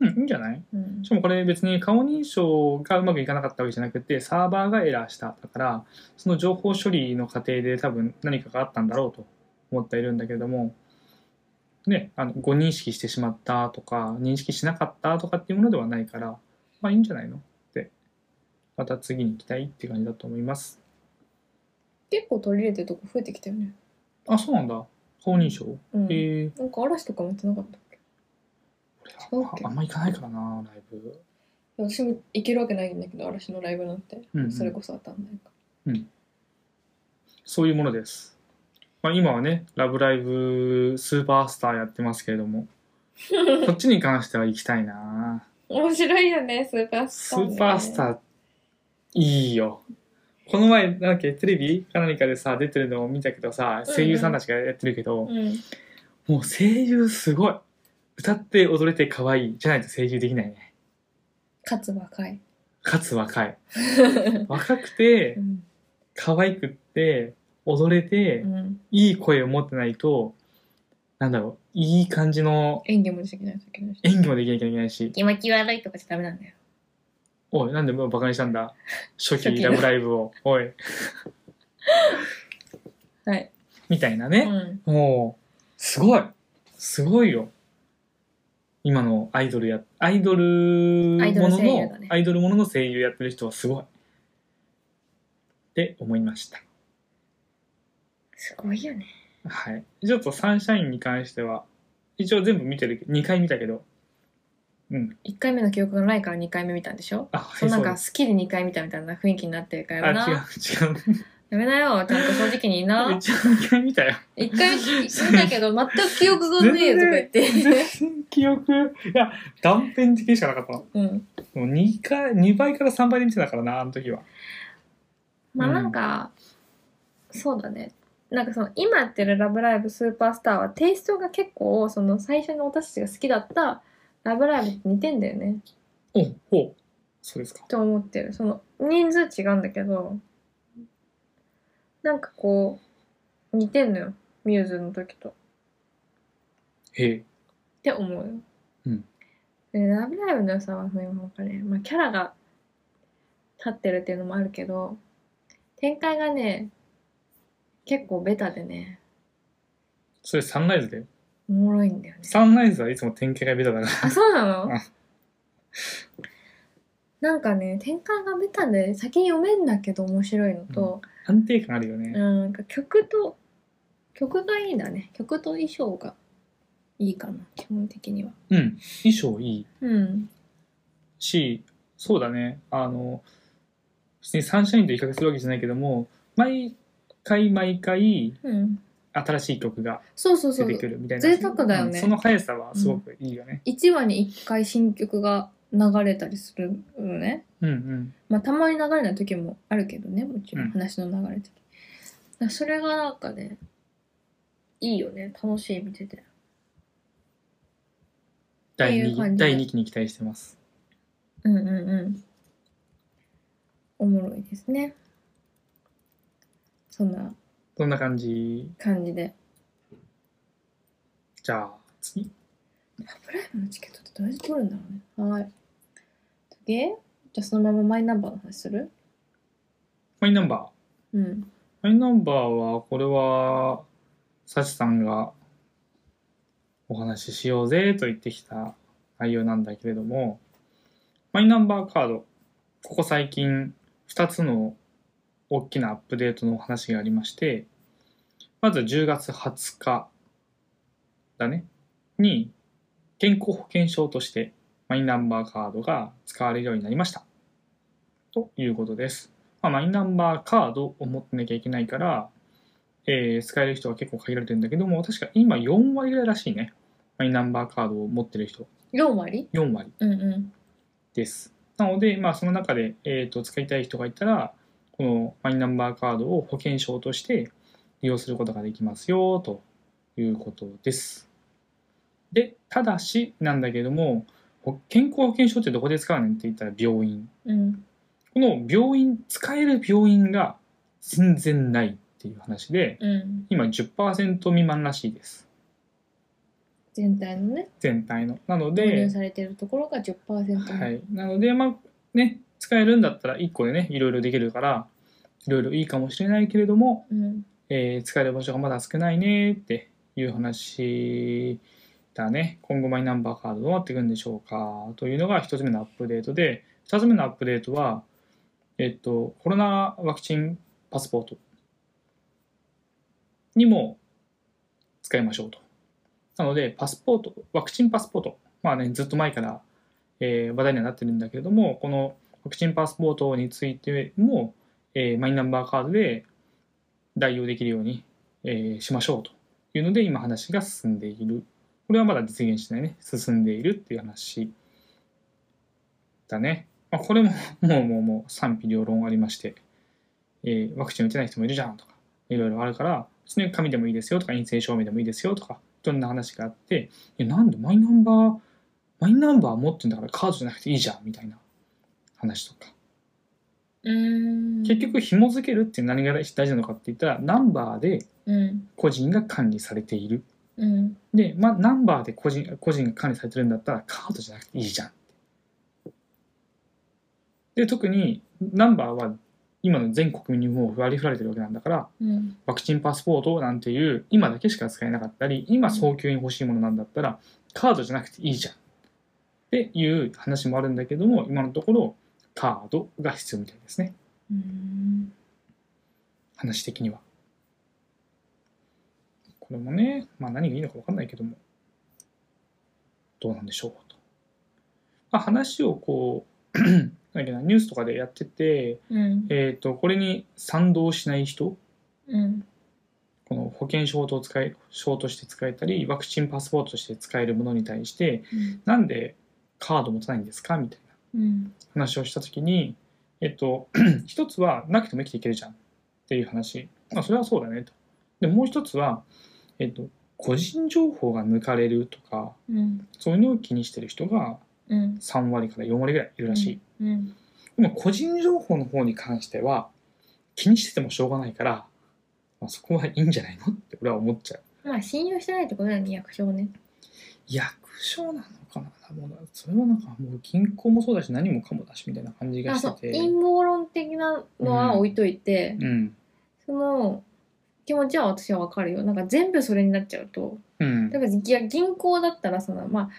うん、いいんじゃないうんしかもこれ別に顔認証がうまくいかなかったわけじゃなくてサーバーがエラーしただからその情報処理の過程で多分何かがあったんだろうと思っているんだけれどもねあの誤認識してしまったとか認識しなかったとかっていうものではないからまあいいんじゃないのってまた次に行きたいって感じだと思います結構取り入れてるとこ増えてきたよねあそうなんだ顔認証、うん、えー、なんか嵐とかもやってなかったっけ違うっけああんま行かないからなライブ私も行けるわけないんだけど嵐のライブなんてうんうんそれこそ当たんないかそういうものです。まあ、今はね、ラブライブスーパースターやってますけれど *laughs* も、こっちに関しては行きたいな面白いよねスーパーススターね、ーパースター、いいよ。この前、なんだっけ、テレビか何かでさ、出てるのを見たけどさ、うん声優さんたちがやってるけど、うんもう声優すごい。歌って踊れて可愛いじゃないと声優できないね。かつ若い、かつ若 *laughs* い。う若くて、ん可愛くって、踊れて、うん、いい声を持ってないと、なんだろう、いい感じの演技もできないといけないし演技もできなきゃいけないし、気持ち悪いとかじゃダメなんだよおい、なんでもうバカにしたんだ。初初期期ラのブライブを、おい、はい、みたいなうね。ん、もう、すごいすごいよ。今のアイドルや、アイドルアイドもルの声優のだね、アイドルものの声優やってる人はすごい。って思いました。すごいよねはい。ちょっとサンシャインに関しては、一応全部見てるけど、2回見たけど、うん。 1回目の記憶がないから2回目見たんでしょあ、はいそうなんそうかで好すきで2回見たみたいな雰囲気になってるからあ、違やめなう、違う。やめなよちゃんと正直に言い *laughs* めっなちゃ2回見たよ。 1回見たけど全く記憶がねえよとか言って、記憶、いや、断片的にしかなかったの。うん、 *laughs* もう2回、2倍から3倍で見てたからな、あの時は。まうあんなんか、そうだねなんかその今やってる「ラブライブスーパースター」はテイストが結構その最初に私たちが好きだった「ラブライブ」って似てんだよねおほう。そうですか。と思ってるその人数違うんだけどなんかこう似てんのよミューズの時とっへえ。て思うよ、うんでラブライブ」の良さはそのなんかね、まあ、キャラが立ってるっていうのもあるけど展開がね結構ベタでねそれサンライズでおもろいん *laughs* だよね。サンライズはいつも展開がベタだから。あ、そうなのうんなんかね、展開がベタで先に読めんだけど面白いのと、 *laughs* 安定感あるようんね。なんか曲と、曲がいいんだね。曲と衣装がいいかな、基本的には。うん。衣装いいうん。し、そうだね。あの、別にサンシャインと比較するわけじゃないけども、毎回毎回うん。新しい曲がそうそうそ出うて。くるみたいな。そう贅沢だよねうんその速さはすごくいいよね。 1話に1回新曲が流れたりするのね。うんうん。まあ、たまに流れない時もあるけどねもちろうんん話の流れの時、だからそれがなんかねいいよね楽しい見てて第っていう感2じで第二期に期待してます。うんうんうんおもろいですねそんなそんな感じ。感じでじゃあ、次。 「ラブライブ!」のチケットってどうやって取るんだろうねはーい次じゃあそのままマイナンバーの話するマイナンバー。うんマイナンバーは、これは、サチさんがお話ししようぜと言ってきた内容なんだけれども、マイナンバーカード、ここ最近2つの大きなアップデートのお話がありまして、まず10月20日だね、に健康保険証としてマイナンバーカードが使われるようになりました。ということです。まあ、マイナンバーカードを持ってなきゃいけないから、えー使える人は結構限られてるんだけども、確か今4割ぐらいらしいね。マイナンバーカードを持ってる人、 4割4割うんうんです。なので、まあ、その中で、えー、と使いたい人がいたら、このマイナンバーカードを保険証として利用することができますよということです。で、ただしなんだけども、ほ健康保険証ってどこで使うねんって言ったら病院。うんこの病院、使える病院が全然ないっていう話で、うん今10%未満らしいです。全体のね全体の。なの導入で、されてるところが10%はい。なので、まあ、ね、使えるんだったら1個でね、いろいろできるから、いろいろいいかもしれないけれども、うんえー使える場所がまだ少ないねっていう話だね。今後マイナンバーカードどうなっていくんでしょうかというのが1つ目のアップデートで、2つ目のアップデートは、えっと、コロナワクチンパスポートにも使いましょうと。なので、パスポート、ワクチンパスポート、まあね、ずっと前からえー話題にはなってるんだけれどもこのワクチンパスポートについても、えーマイナンバーカードで代用できるように、えーしましょうというので今話が進んでいるこれはまだ実現してないね進んでいるっていう話だね、まあ、これも *laughs* もうもうもう賛否両論ありまして、えーワクチン打てない人もいるじゃんとかいろいろあるから別に紙でもいいですよとか陰性証明でもいいですよとかいろんな話があっていやなんでマイナンバーマイナンバー持ってんだからカードじゃなくていいじゃんみたいな話とかうん結局紐付けるって何が大事なのかって言ったらナンバーでうん個人が管理されているうんで、まあ、ナンバーで個人個人が管理されてるんだったらカードじゃなくていいじゃんで特にナンバーは今の全国民にもう割り振られてるわけなんだからうんワクチンパスポートなんていう今だけしか使えなかったり今早急に欲しいものなんだったらカードじゃなくていいじゃんっていう話もあるんだけども今のところカードが必要みたいですねうん話的にはこれもねまあ何がいいのか分かんないけどもどうなんでしょうと、まあ、話をこう *clears throat* なんだっけなニュースとかでやっててうんえっ、とこれに賛同しない人うんこの保険証と使え証として使えたりワクチンパスポートとして使えるものに対してなんでカード持たないんですかみたいなうん話をした時に、えっと、 *clears throat* 一つはなくても生きていけるじゃんっていう話、まあ、それはそうだねとでもう一つは、えっと、個人情報が抜かれるとかうんそういうのを気にしてる人がうん3割から4割ぐらいいるらしい、うんでも個人情報の方に関しては気にしててもしょうがないから、まあ、そこはいいんじゃないのって俺は思っちゃうまあ信用してないってことだよね役所をね役所なのかなもうそれはなんかもう銀行もそうだし何もかもだしみたいな感じがあしそうてて陰謀論的なのは置いといて、うんその気持ちは私はわかるよなんか全部それになっちゃうとうんだからいや銀行だったらそのまあ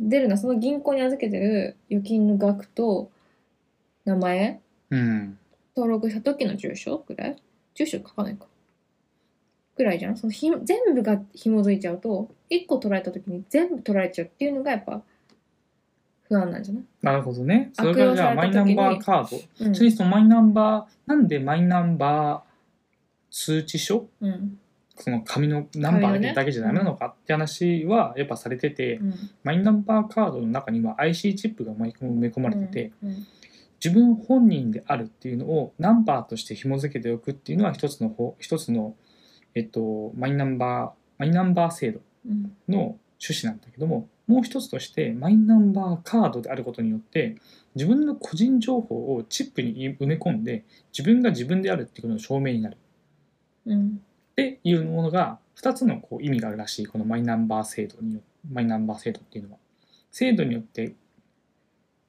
出るのはその銀行に預けてる預金の額と名前うん登録した時の住所ぐらい住所書かないかぐらいじゃんそのひ全部が紐づいちゃうと1個取られた時に全部取られちゃうっていうのがやっぱ不安なんじゃない、なるほどねそ悪れ用からじゃあさマれイたナ時ンにバーカードうんそれにそのマイナンバーなんでマイナンバー通知書うんその紙のナンバーだけじゃダメなのかって話はやっぱされてて、うんマイナンバーカードの中には IC チップが埋め込まれてて、うん自分本人であるっていうのをナンバーとして紐付けておくっていうのは一つの方一つの、えっと、マイナンバーマイナンバー制度うんの趣旨なんだけどももう一つとしてマイナンバーカードであることによって自分の個人情報をチップに埋め込んで自分が自分であるっていうことの証明になるうんっていうものが2つのこう意味があるらしいこのマイナンバー制度によマイナンバー制度っていうのは制度によって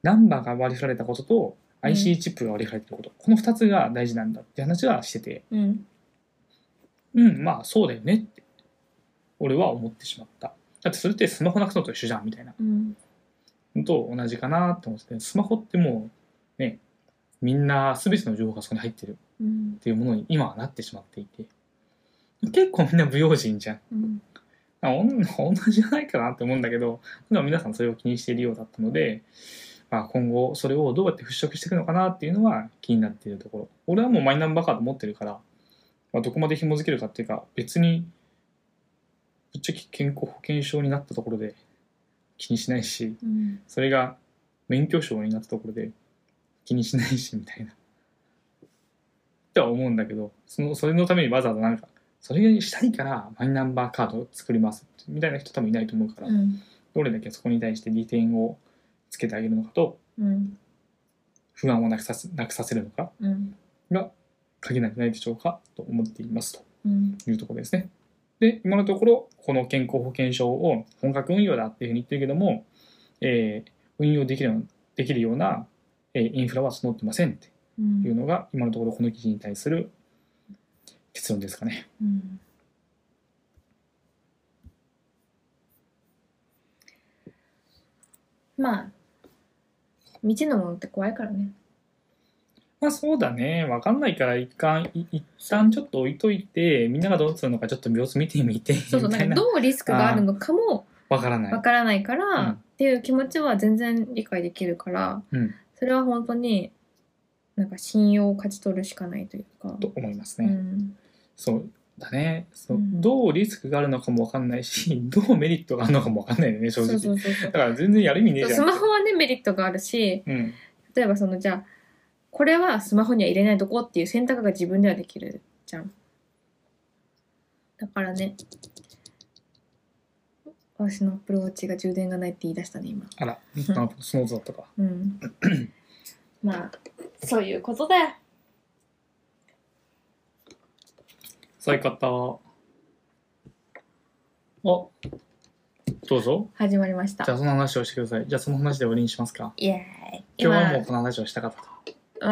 ナンバーが割り振られたこととうん IC チップが割り振られてること、この2つが大事なんだって話はしててうんうんまあそうだよねって俺は思ってしまっただってそれってスマホなくすのと一緒じゃんみたいなうんのと同じかなって思っててスマホってもうねみんな全ての情報がそこに入ってるうんっていうものに今はなってしまっていて結構みんな不用心じゃんうんあおん同じじゃないかなって思うんだけどでも皆さんそれを気にしているようだったので、まあ、今後それをどうやって払拭していくのかなっていうのは気になっているところ俺はもうマイナンバーカード持ってるから、まあ、どこまで紐付けるかっていうか別にぶっちゃけ健康保険証になったところで気にしないしうんそれが免許証になったところで気にしないしみたいな。っては思うんだけどそのそれのためにわざわざなんかそれにしたいからマイナンバーカードを作りますみたいな人多分いないと思うから、うんどれだけそこに対して利点をつけてあげるのかとうん不安をなくさせなくさせるのかうんが限られてないでしょうかと思っていますと。うんというところですね。で、今のところ、この健康保険証を本格運用だっていうふうに言ってるけども、えー運用できるようできるような、えーインフラは整ってませんってうんいうのが、今のところこの記事に対する結論ですかね。うんまあ未知のものって怖いからねまあそうだね、わかんないから一旦、い一旦ちょっと置いといて、みんながどうするのかちょっと様子見てみて、そうそうみなたいんかな。どうリスクがあるのかもわからなわい。からないから、うんっていう気持ちは全然理解できるからうん。それは本当になんか信用を勝ち取るしかないというか。と思いますうね。んそうだね。そううんどうリスクがあるのかもわかんないし、どうメリットがあるのかもわかんないよね、正そう直。そうそうそうだから全然やる意味ねえじゃスん。マホはねメリットがあるしうん。例えばそのじゃあこれはスマホには入れないとこっていう選択が自分ではできるじゃんだからね私のアップルウォッチが充電がないって言い出したね今あら、なんかその音だったか。うんまあそういうことだよそういう方。あ、どうぞ。始まりましたじゃあその話をしてください。じゃあその話で終わりにしますか。イエーイ今日はもうこの話をしたかったと。ま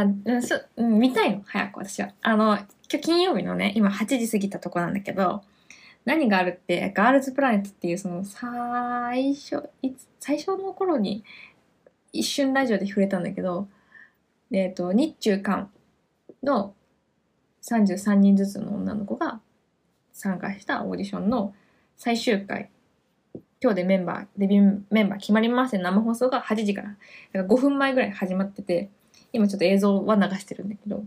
あうんそうん見たいの早く私はあの今日金曜日のね今8時過ぎたとこなんだけど何があるってガールズプラネットっていうその最初いつ最初の頃に一瞬ラジオで触れたんだけどでえっと日中韓の33人ずつの女の子が参加したオーディションの最終回今日でメンバーデビューメンバー決まりますって生放送が8時からだから5分前ぐらいに始まってて今ちょっと映像は流してるんだけど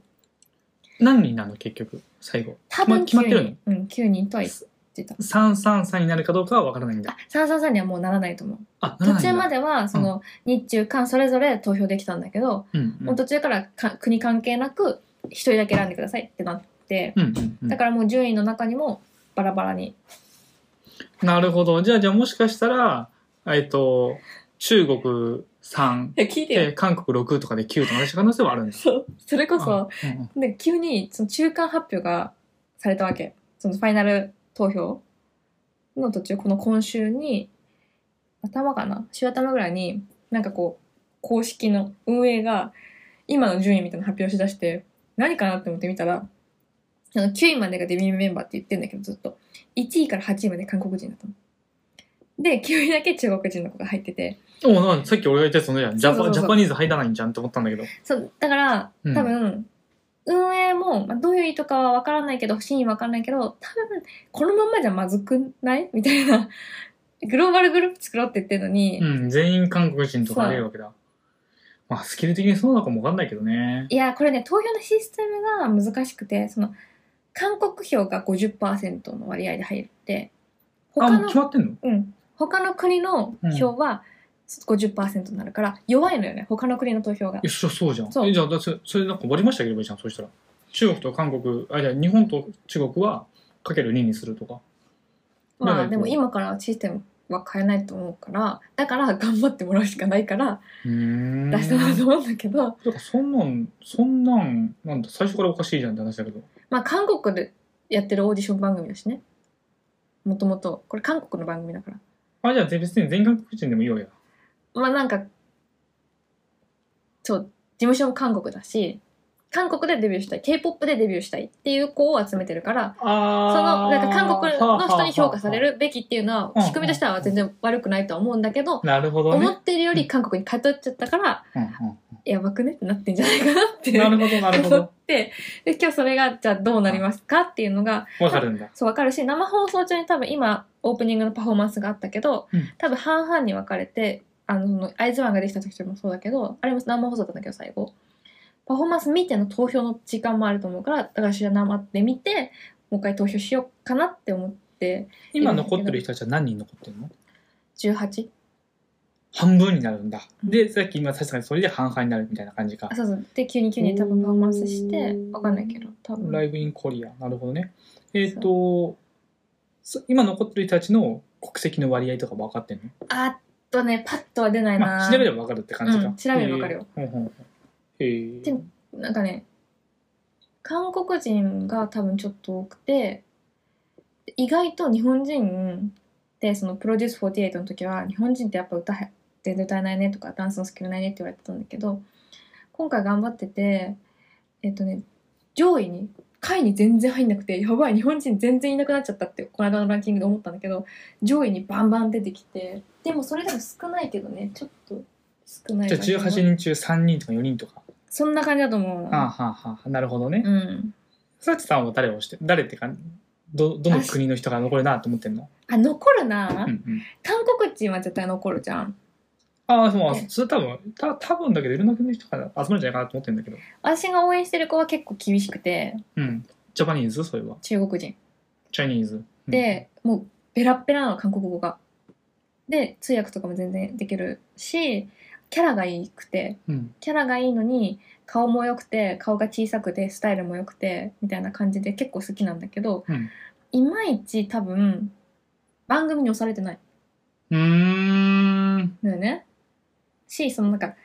何人なの結局、最後。多分決ま9決まって人、うん、9人とは言ってた333になるかどうかはわからないんだあ。三333にはもうならないと思うあ、ならな途いん中だまではその日中韓それぞれ投票できたんだけど、うんうんもう途中からか国関係なく1人だけ選んでくださいってなって、うんうんうんだからもう順位の中にもバラバラになるほど。じゃあ、じゃあもしかしたら、えっと、中国3、いや聞いてで韓国6とかで9とかでした可能性はあるんです。そうそれこあそうんうんで急にその中間発表がされたわけそのファイナル投票の途中この今週に頭かな週頭ぐらいになんかこう公式の運営が今の順位みたいなの発表しだして何かなって思って見たらあの9位までがデビューメンバーって言ってんだけどずっと1位から8位まで韓国人だったの。で9位だけ中国人の子が入ってておうなんかさっき俺が言ったやつのじゃん。ジャそうそうそパうジャパニーズ入らないんじゃんって思ったんだけど。そうだからうん多分、運営も、まあ、どういう意図かは分からないけど真意は分からないけど多分このまんまじゃまずくない *laughs* みたいなグローバルグループ作ろうって言ってるのに、うん、全員韓国人とか入れるわけだ。まあ、スキル的にそうなのかもわかんないけどね。いやこれね投票のシステムが難しくてその韓国票が50%の割合で入ってあ、他もう決の,、まってんのうん、他の国の票は50%になるから、弱いのよね他の国の投票がいや、。そそうじゃん。そうえじゃあ、だそそれなんか割りましてあげればいいじゃん、そしたら。中国と韓国、あ、じゃあ日本と中国はかける2にするとか。まなんあかでも今からシステムは変えないと思うからだから頑張ってもらうしかないからうーん。出したなと思うんだけど、だからそんなん、そんなん、なんだ、最初からおかしいじゃんって話だけど。まあ韓国でやってるオーディション番組だしねもともとこれ韓国の番組だからあ、じゃあ別に全韓国人でもいいわけだ。まあなんかそう事務所も韓国だし韓国でデビューしたい k p o p でデビューしたいっていう子を集めてるからそあのなんか韓国の人に評価され。るべきっていうのは仕組みとしては全然悪くないとは思うんだけどなるほど思ね。ってるより韓国に偏っちゃったからうんうんやばくねってなってんじゃないかなってなるほど、な *laughs* るほ思っど。てで今日それがじゃあどうなりますかっていうのがわかるんだ。そう分かるし生放送中に多分今オープニングのパフォーマンスがあったけど、うん多分半々に分かれてあのその合図ワンができた時とかもそうだけどあれも生放送だったんだけど最後パフォーマンス見ての投票の時間もあると思うからだから私は生で見てもう一回投票しようかなって思って今残ってる人たちは何人残ってるの18半分になるんだ。うんで、さっき今、確かにそれで半々になるみたいな感じかあ。そうそうで急に急に多分パフォーマンスして分かんないけど多分ライブインコリア。なるほどね。えっ、と、そ今残ってる人たちの国籍の割合とか分かってんのあっとねパッとは出ないな、まあ、調べれば分かるって感じか。うん調べればわかるよへー。うんうんうんへーでもなんかね韓国人が多分ちょっと多くて意外と日本人でそのプロデュース48の時は日本人ってやっぱ歌へ全然歌えないねとかダンスのスキルないねって言われてたんだけど今回頑張っててえっとね上位に下位に全然入んなくてやばい日本人全然いなくなっちゃったってこの間のランキングで思ったんだけど上位にバンバン出てきてでもそれでも少ないけどねちょっと少ないじゃあ感じ18人中3人とか4人とか。そんな感じだと思うあなはあはあ、なるほどね。うんさちさんは誰をして、誰ってか、どどの国の人が残るなと思ってんの、あ残るな、うんうん、韓国人は絶対残るじゃんああそうねそれ多分た多分だけどいろんな国の人が集まるんじゃないかなと思ってんだけど私が応援してる子は結構厳しくてうんジャパニーズそれは中国人チャイニーズ、うん、で、もうベラッベラなの韓国語がで通訳とかも全然できるしキャラがいいくてうんキャラがいいのに顔も良くて顔が小さくてスタイルも良くてみたいな感じで結構好きなんだけど、うんいまいち多分番組に押されてないうーんのよねしそのなんか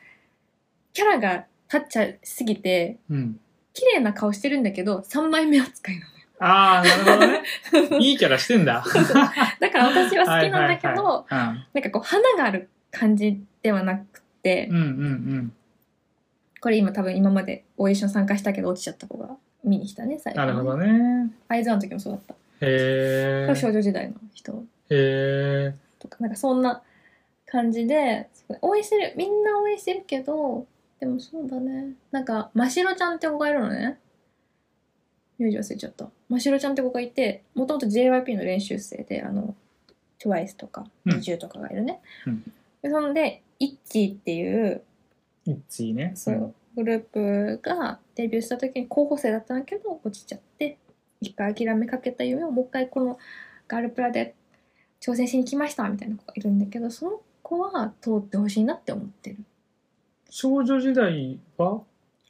キャラが立っちゃいすぎてうん綺麗な顔してるんだけど3枚目扱いなああなるほ *laughs* どね *laughs* いいキャラしてんだのだから私は好きなんだけど、はいはいはいなんかこう花がある感じではなくて、うんうんうんこれ今多分今までオーディション参加したけど落ちちゃった子が見に来たねう最ん後なるほねどねアイズワンの時もそうだった、へこれえ少女時代の人へえとかなんかそんな感じで応援してるみんな応援してるけどでもそうだねなんかましろちゃんって子がいるのね名字忘れちゃったましろちゃんって子がいてもともと JYP の練習生であの TWICE とかうん NiziU とかがいるね、うんでそんでイッチーっていういっちいねそうグループがデビューした時に候補生だったんだけど落ちちゃって一回諦めかけた夢をもう一回このガールプラで挑戦しに来ましたみたいな子がいるんだけどその子は通ってほしいなって思ってる。少女時代は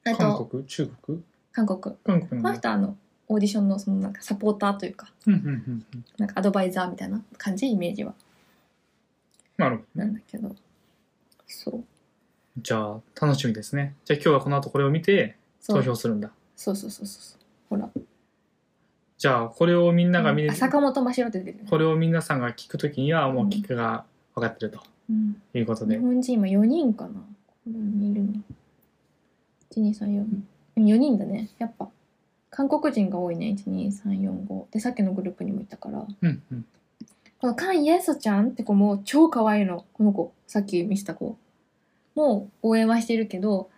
あ韓と国中国韓国韓国こなんのだ人はあのオーディションのそのなんかサポーターというかうんうんうんうんなんかアドバイザーみたいな感じイメージはなるほどなねんだけどそうじゃあ楽しみですねじゃあ今日はこの後これを見てそ投う票するんだそうそうそうそうそうほらじゃあこれをみんなが見あれ坂本真白って出てる、これを皆さんが聞くときにはもう聞くが分かってるとうんいうこと日で、本人今4人かなここにいるの12344人だねやっぱ韓国人が多いね12345でさっきのグループにもいたからうんうん、このカン・イエソちゃんって子も超可愛いのこの子さっき見せた子もう応援はしてるけど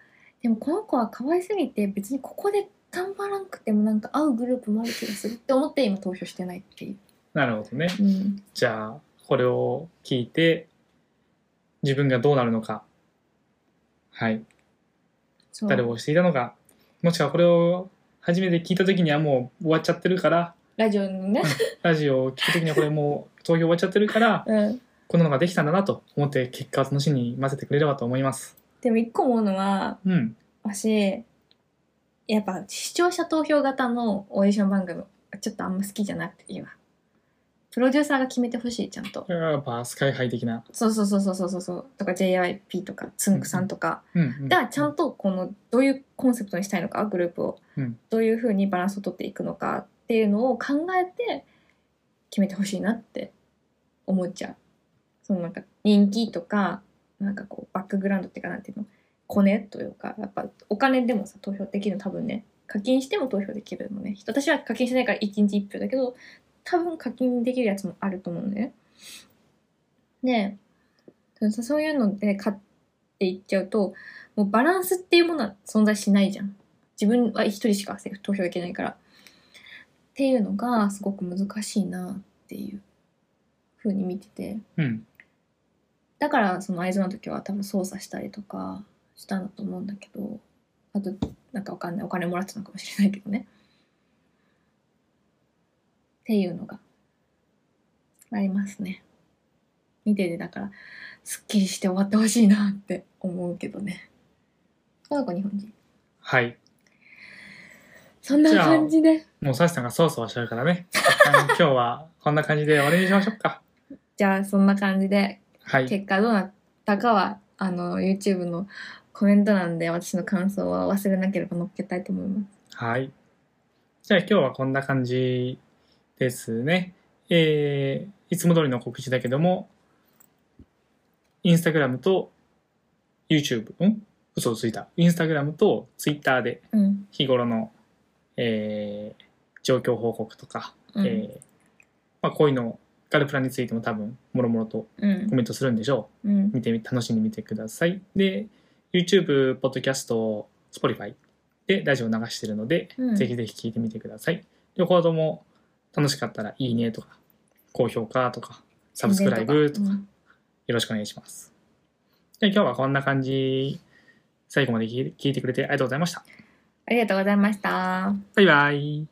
でもこの子は可愛すぎて別にここで頑張らんくてもなんか合うグループもある気がするって思って今投票してないっていう、なるほどねうん、じゃあこれを聞いて自分がどうなるのかはいそう誰を押していたのかもしくはこれを初めて聞いた時にはもう終わっちゃってるからラジオのね、ラジオを聞く時にはこれもう投票終わっちゃってるからうん、こんなのができたんだなと思って結果を楽しみに混ぜてくれればと思いますでも一個思うのはうん私やっぱ視聴者投票型のオーディション番組ちょっとあんま好きじゃなくて今プロデューサーが決めてほしいちゃんとやっぱスカイハイ的な、そうそうそうそうそうそうそうとか JYP とかつんくさんとかうんうん、がちゃんとこのどういうコンセプトにしたいのかグループを、うんどういうふうにバランスをとっていくのかっていうのを考えて決めてほしいなって思っちゃうそのなんか人気とかなんかこうバックグラウンドっていうかなんていうのコネというかやっぱお金でもさ投票できるの多分ね課金しても投票できるのね私は課金してないから1日1票だけど多分課金できるやつもあると思うのねでそうそういうので買っていっちゃうともうバランスっていうものは存在しないじゃん自分は一人しか投票できないからっていうのがすごく難しいなっていうふうに見ててうんだからその会津の時は多分操作したりとかしたんだと思うんだけどあとなんかわかんないお金もらってたのかもしれないけどねっていうのがありますね見ててだからすっきりして終わってほしいなって思うけどねこの子日本人はいそんな感じでもうサシさんがそわそわしてるからね。一旦今日はこんな感じで終わりにしましょうか。じゃあそんな感じではい。結果どうなったかはあの YouTube のコメント欄で私の感想は忘れなければ載っけたいと思いますはい。じゃあ今日はこんな感じですね。えー、いつも通りの告知だけども、インスタグラムと YouTube、ん嘘をついた。インスタグラムと Twitter でうん日頃の、えー状況報告とか、うんえーまあ、こういうの、ガルプラについても多分、もろもろとうんコメントするんでしょう。うん見てみ楽しんでみてください。で、YouTube、ポッドキャスト、Spotify でラジオ流してるので、うんぜひぜひ聞いてみてください。両方とも楽しかったらいいねとか、高評価とか、サブスクライブとか、うんよろしくお願いします。じゃあ今日はこんな感じ、最後まで聞い聞いてくれてありがとうございました。ありがとうございました。バイバイ。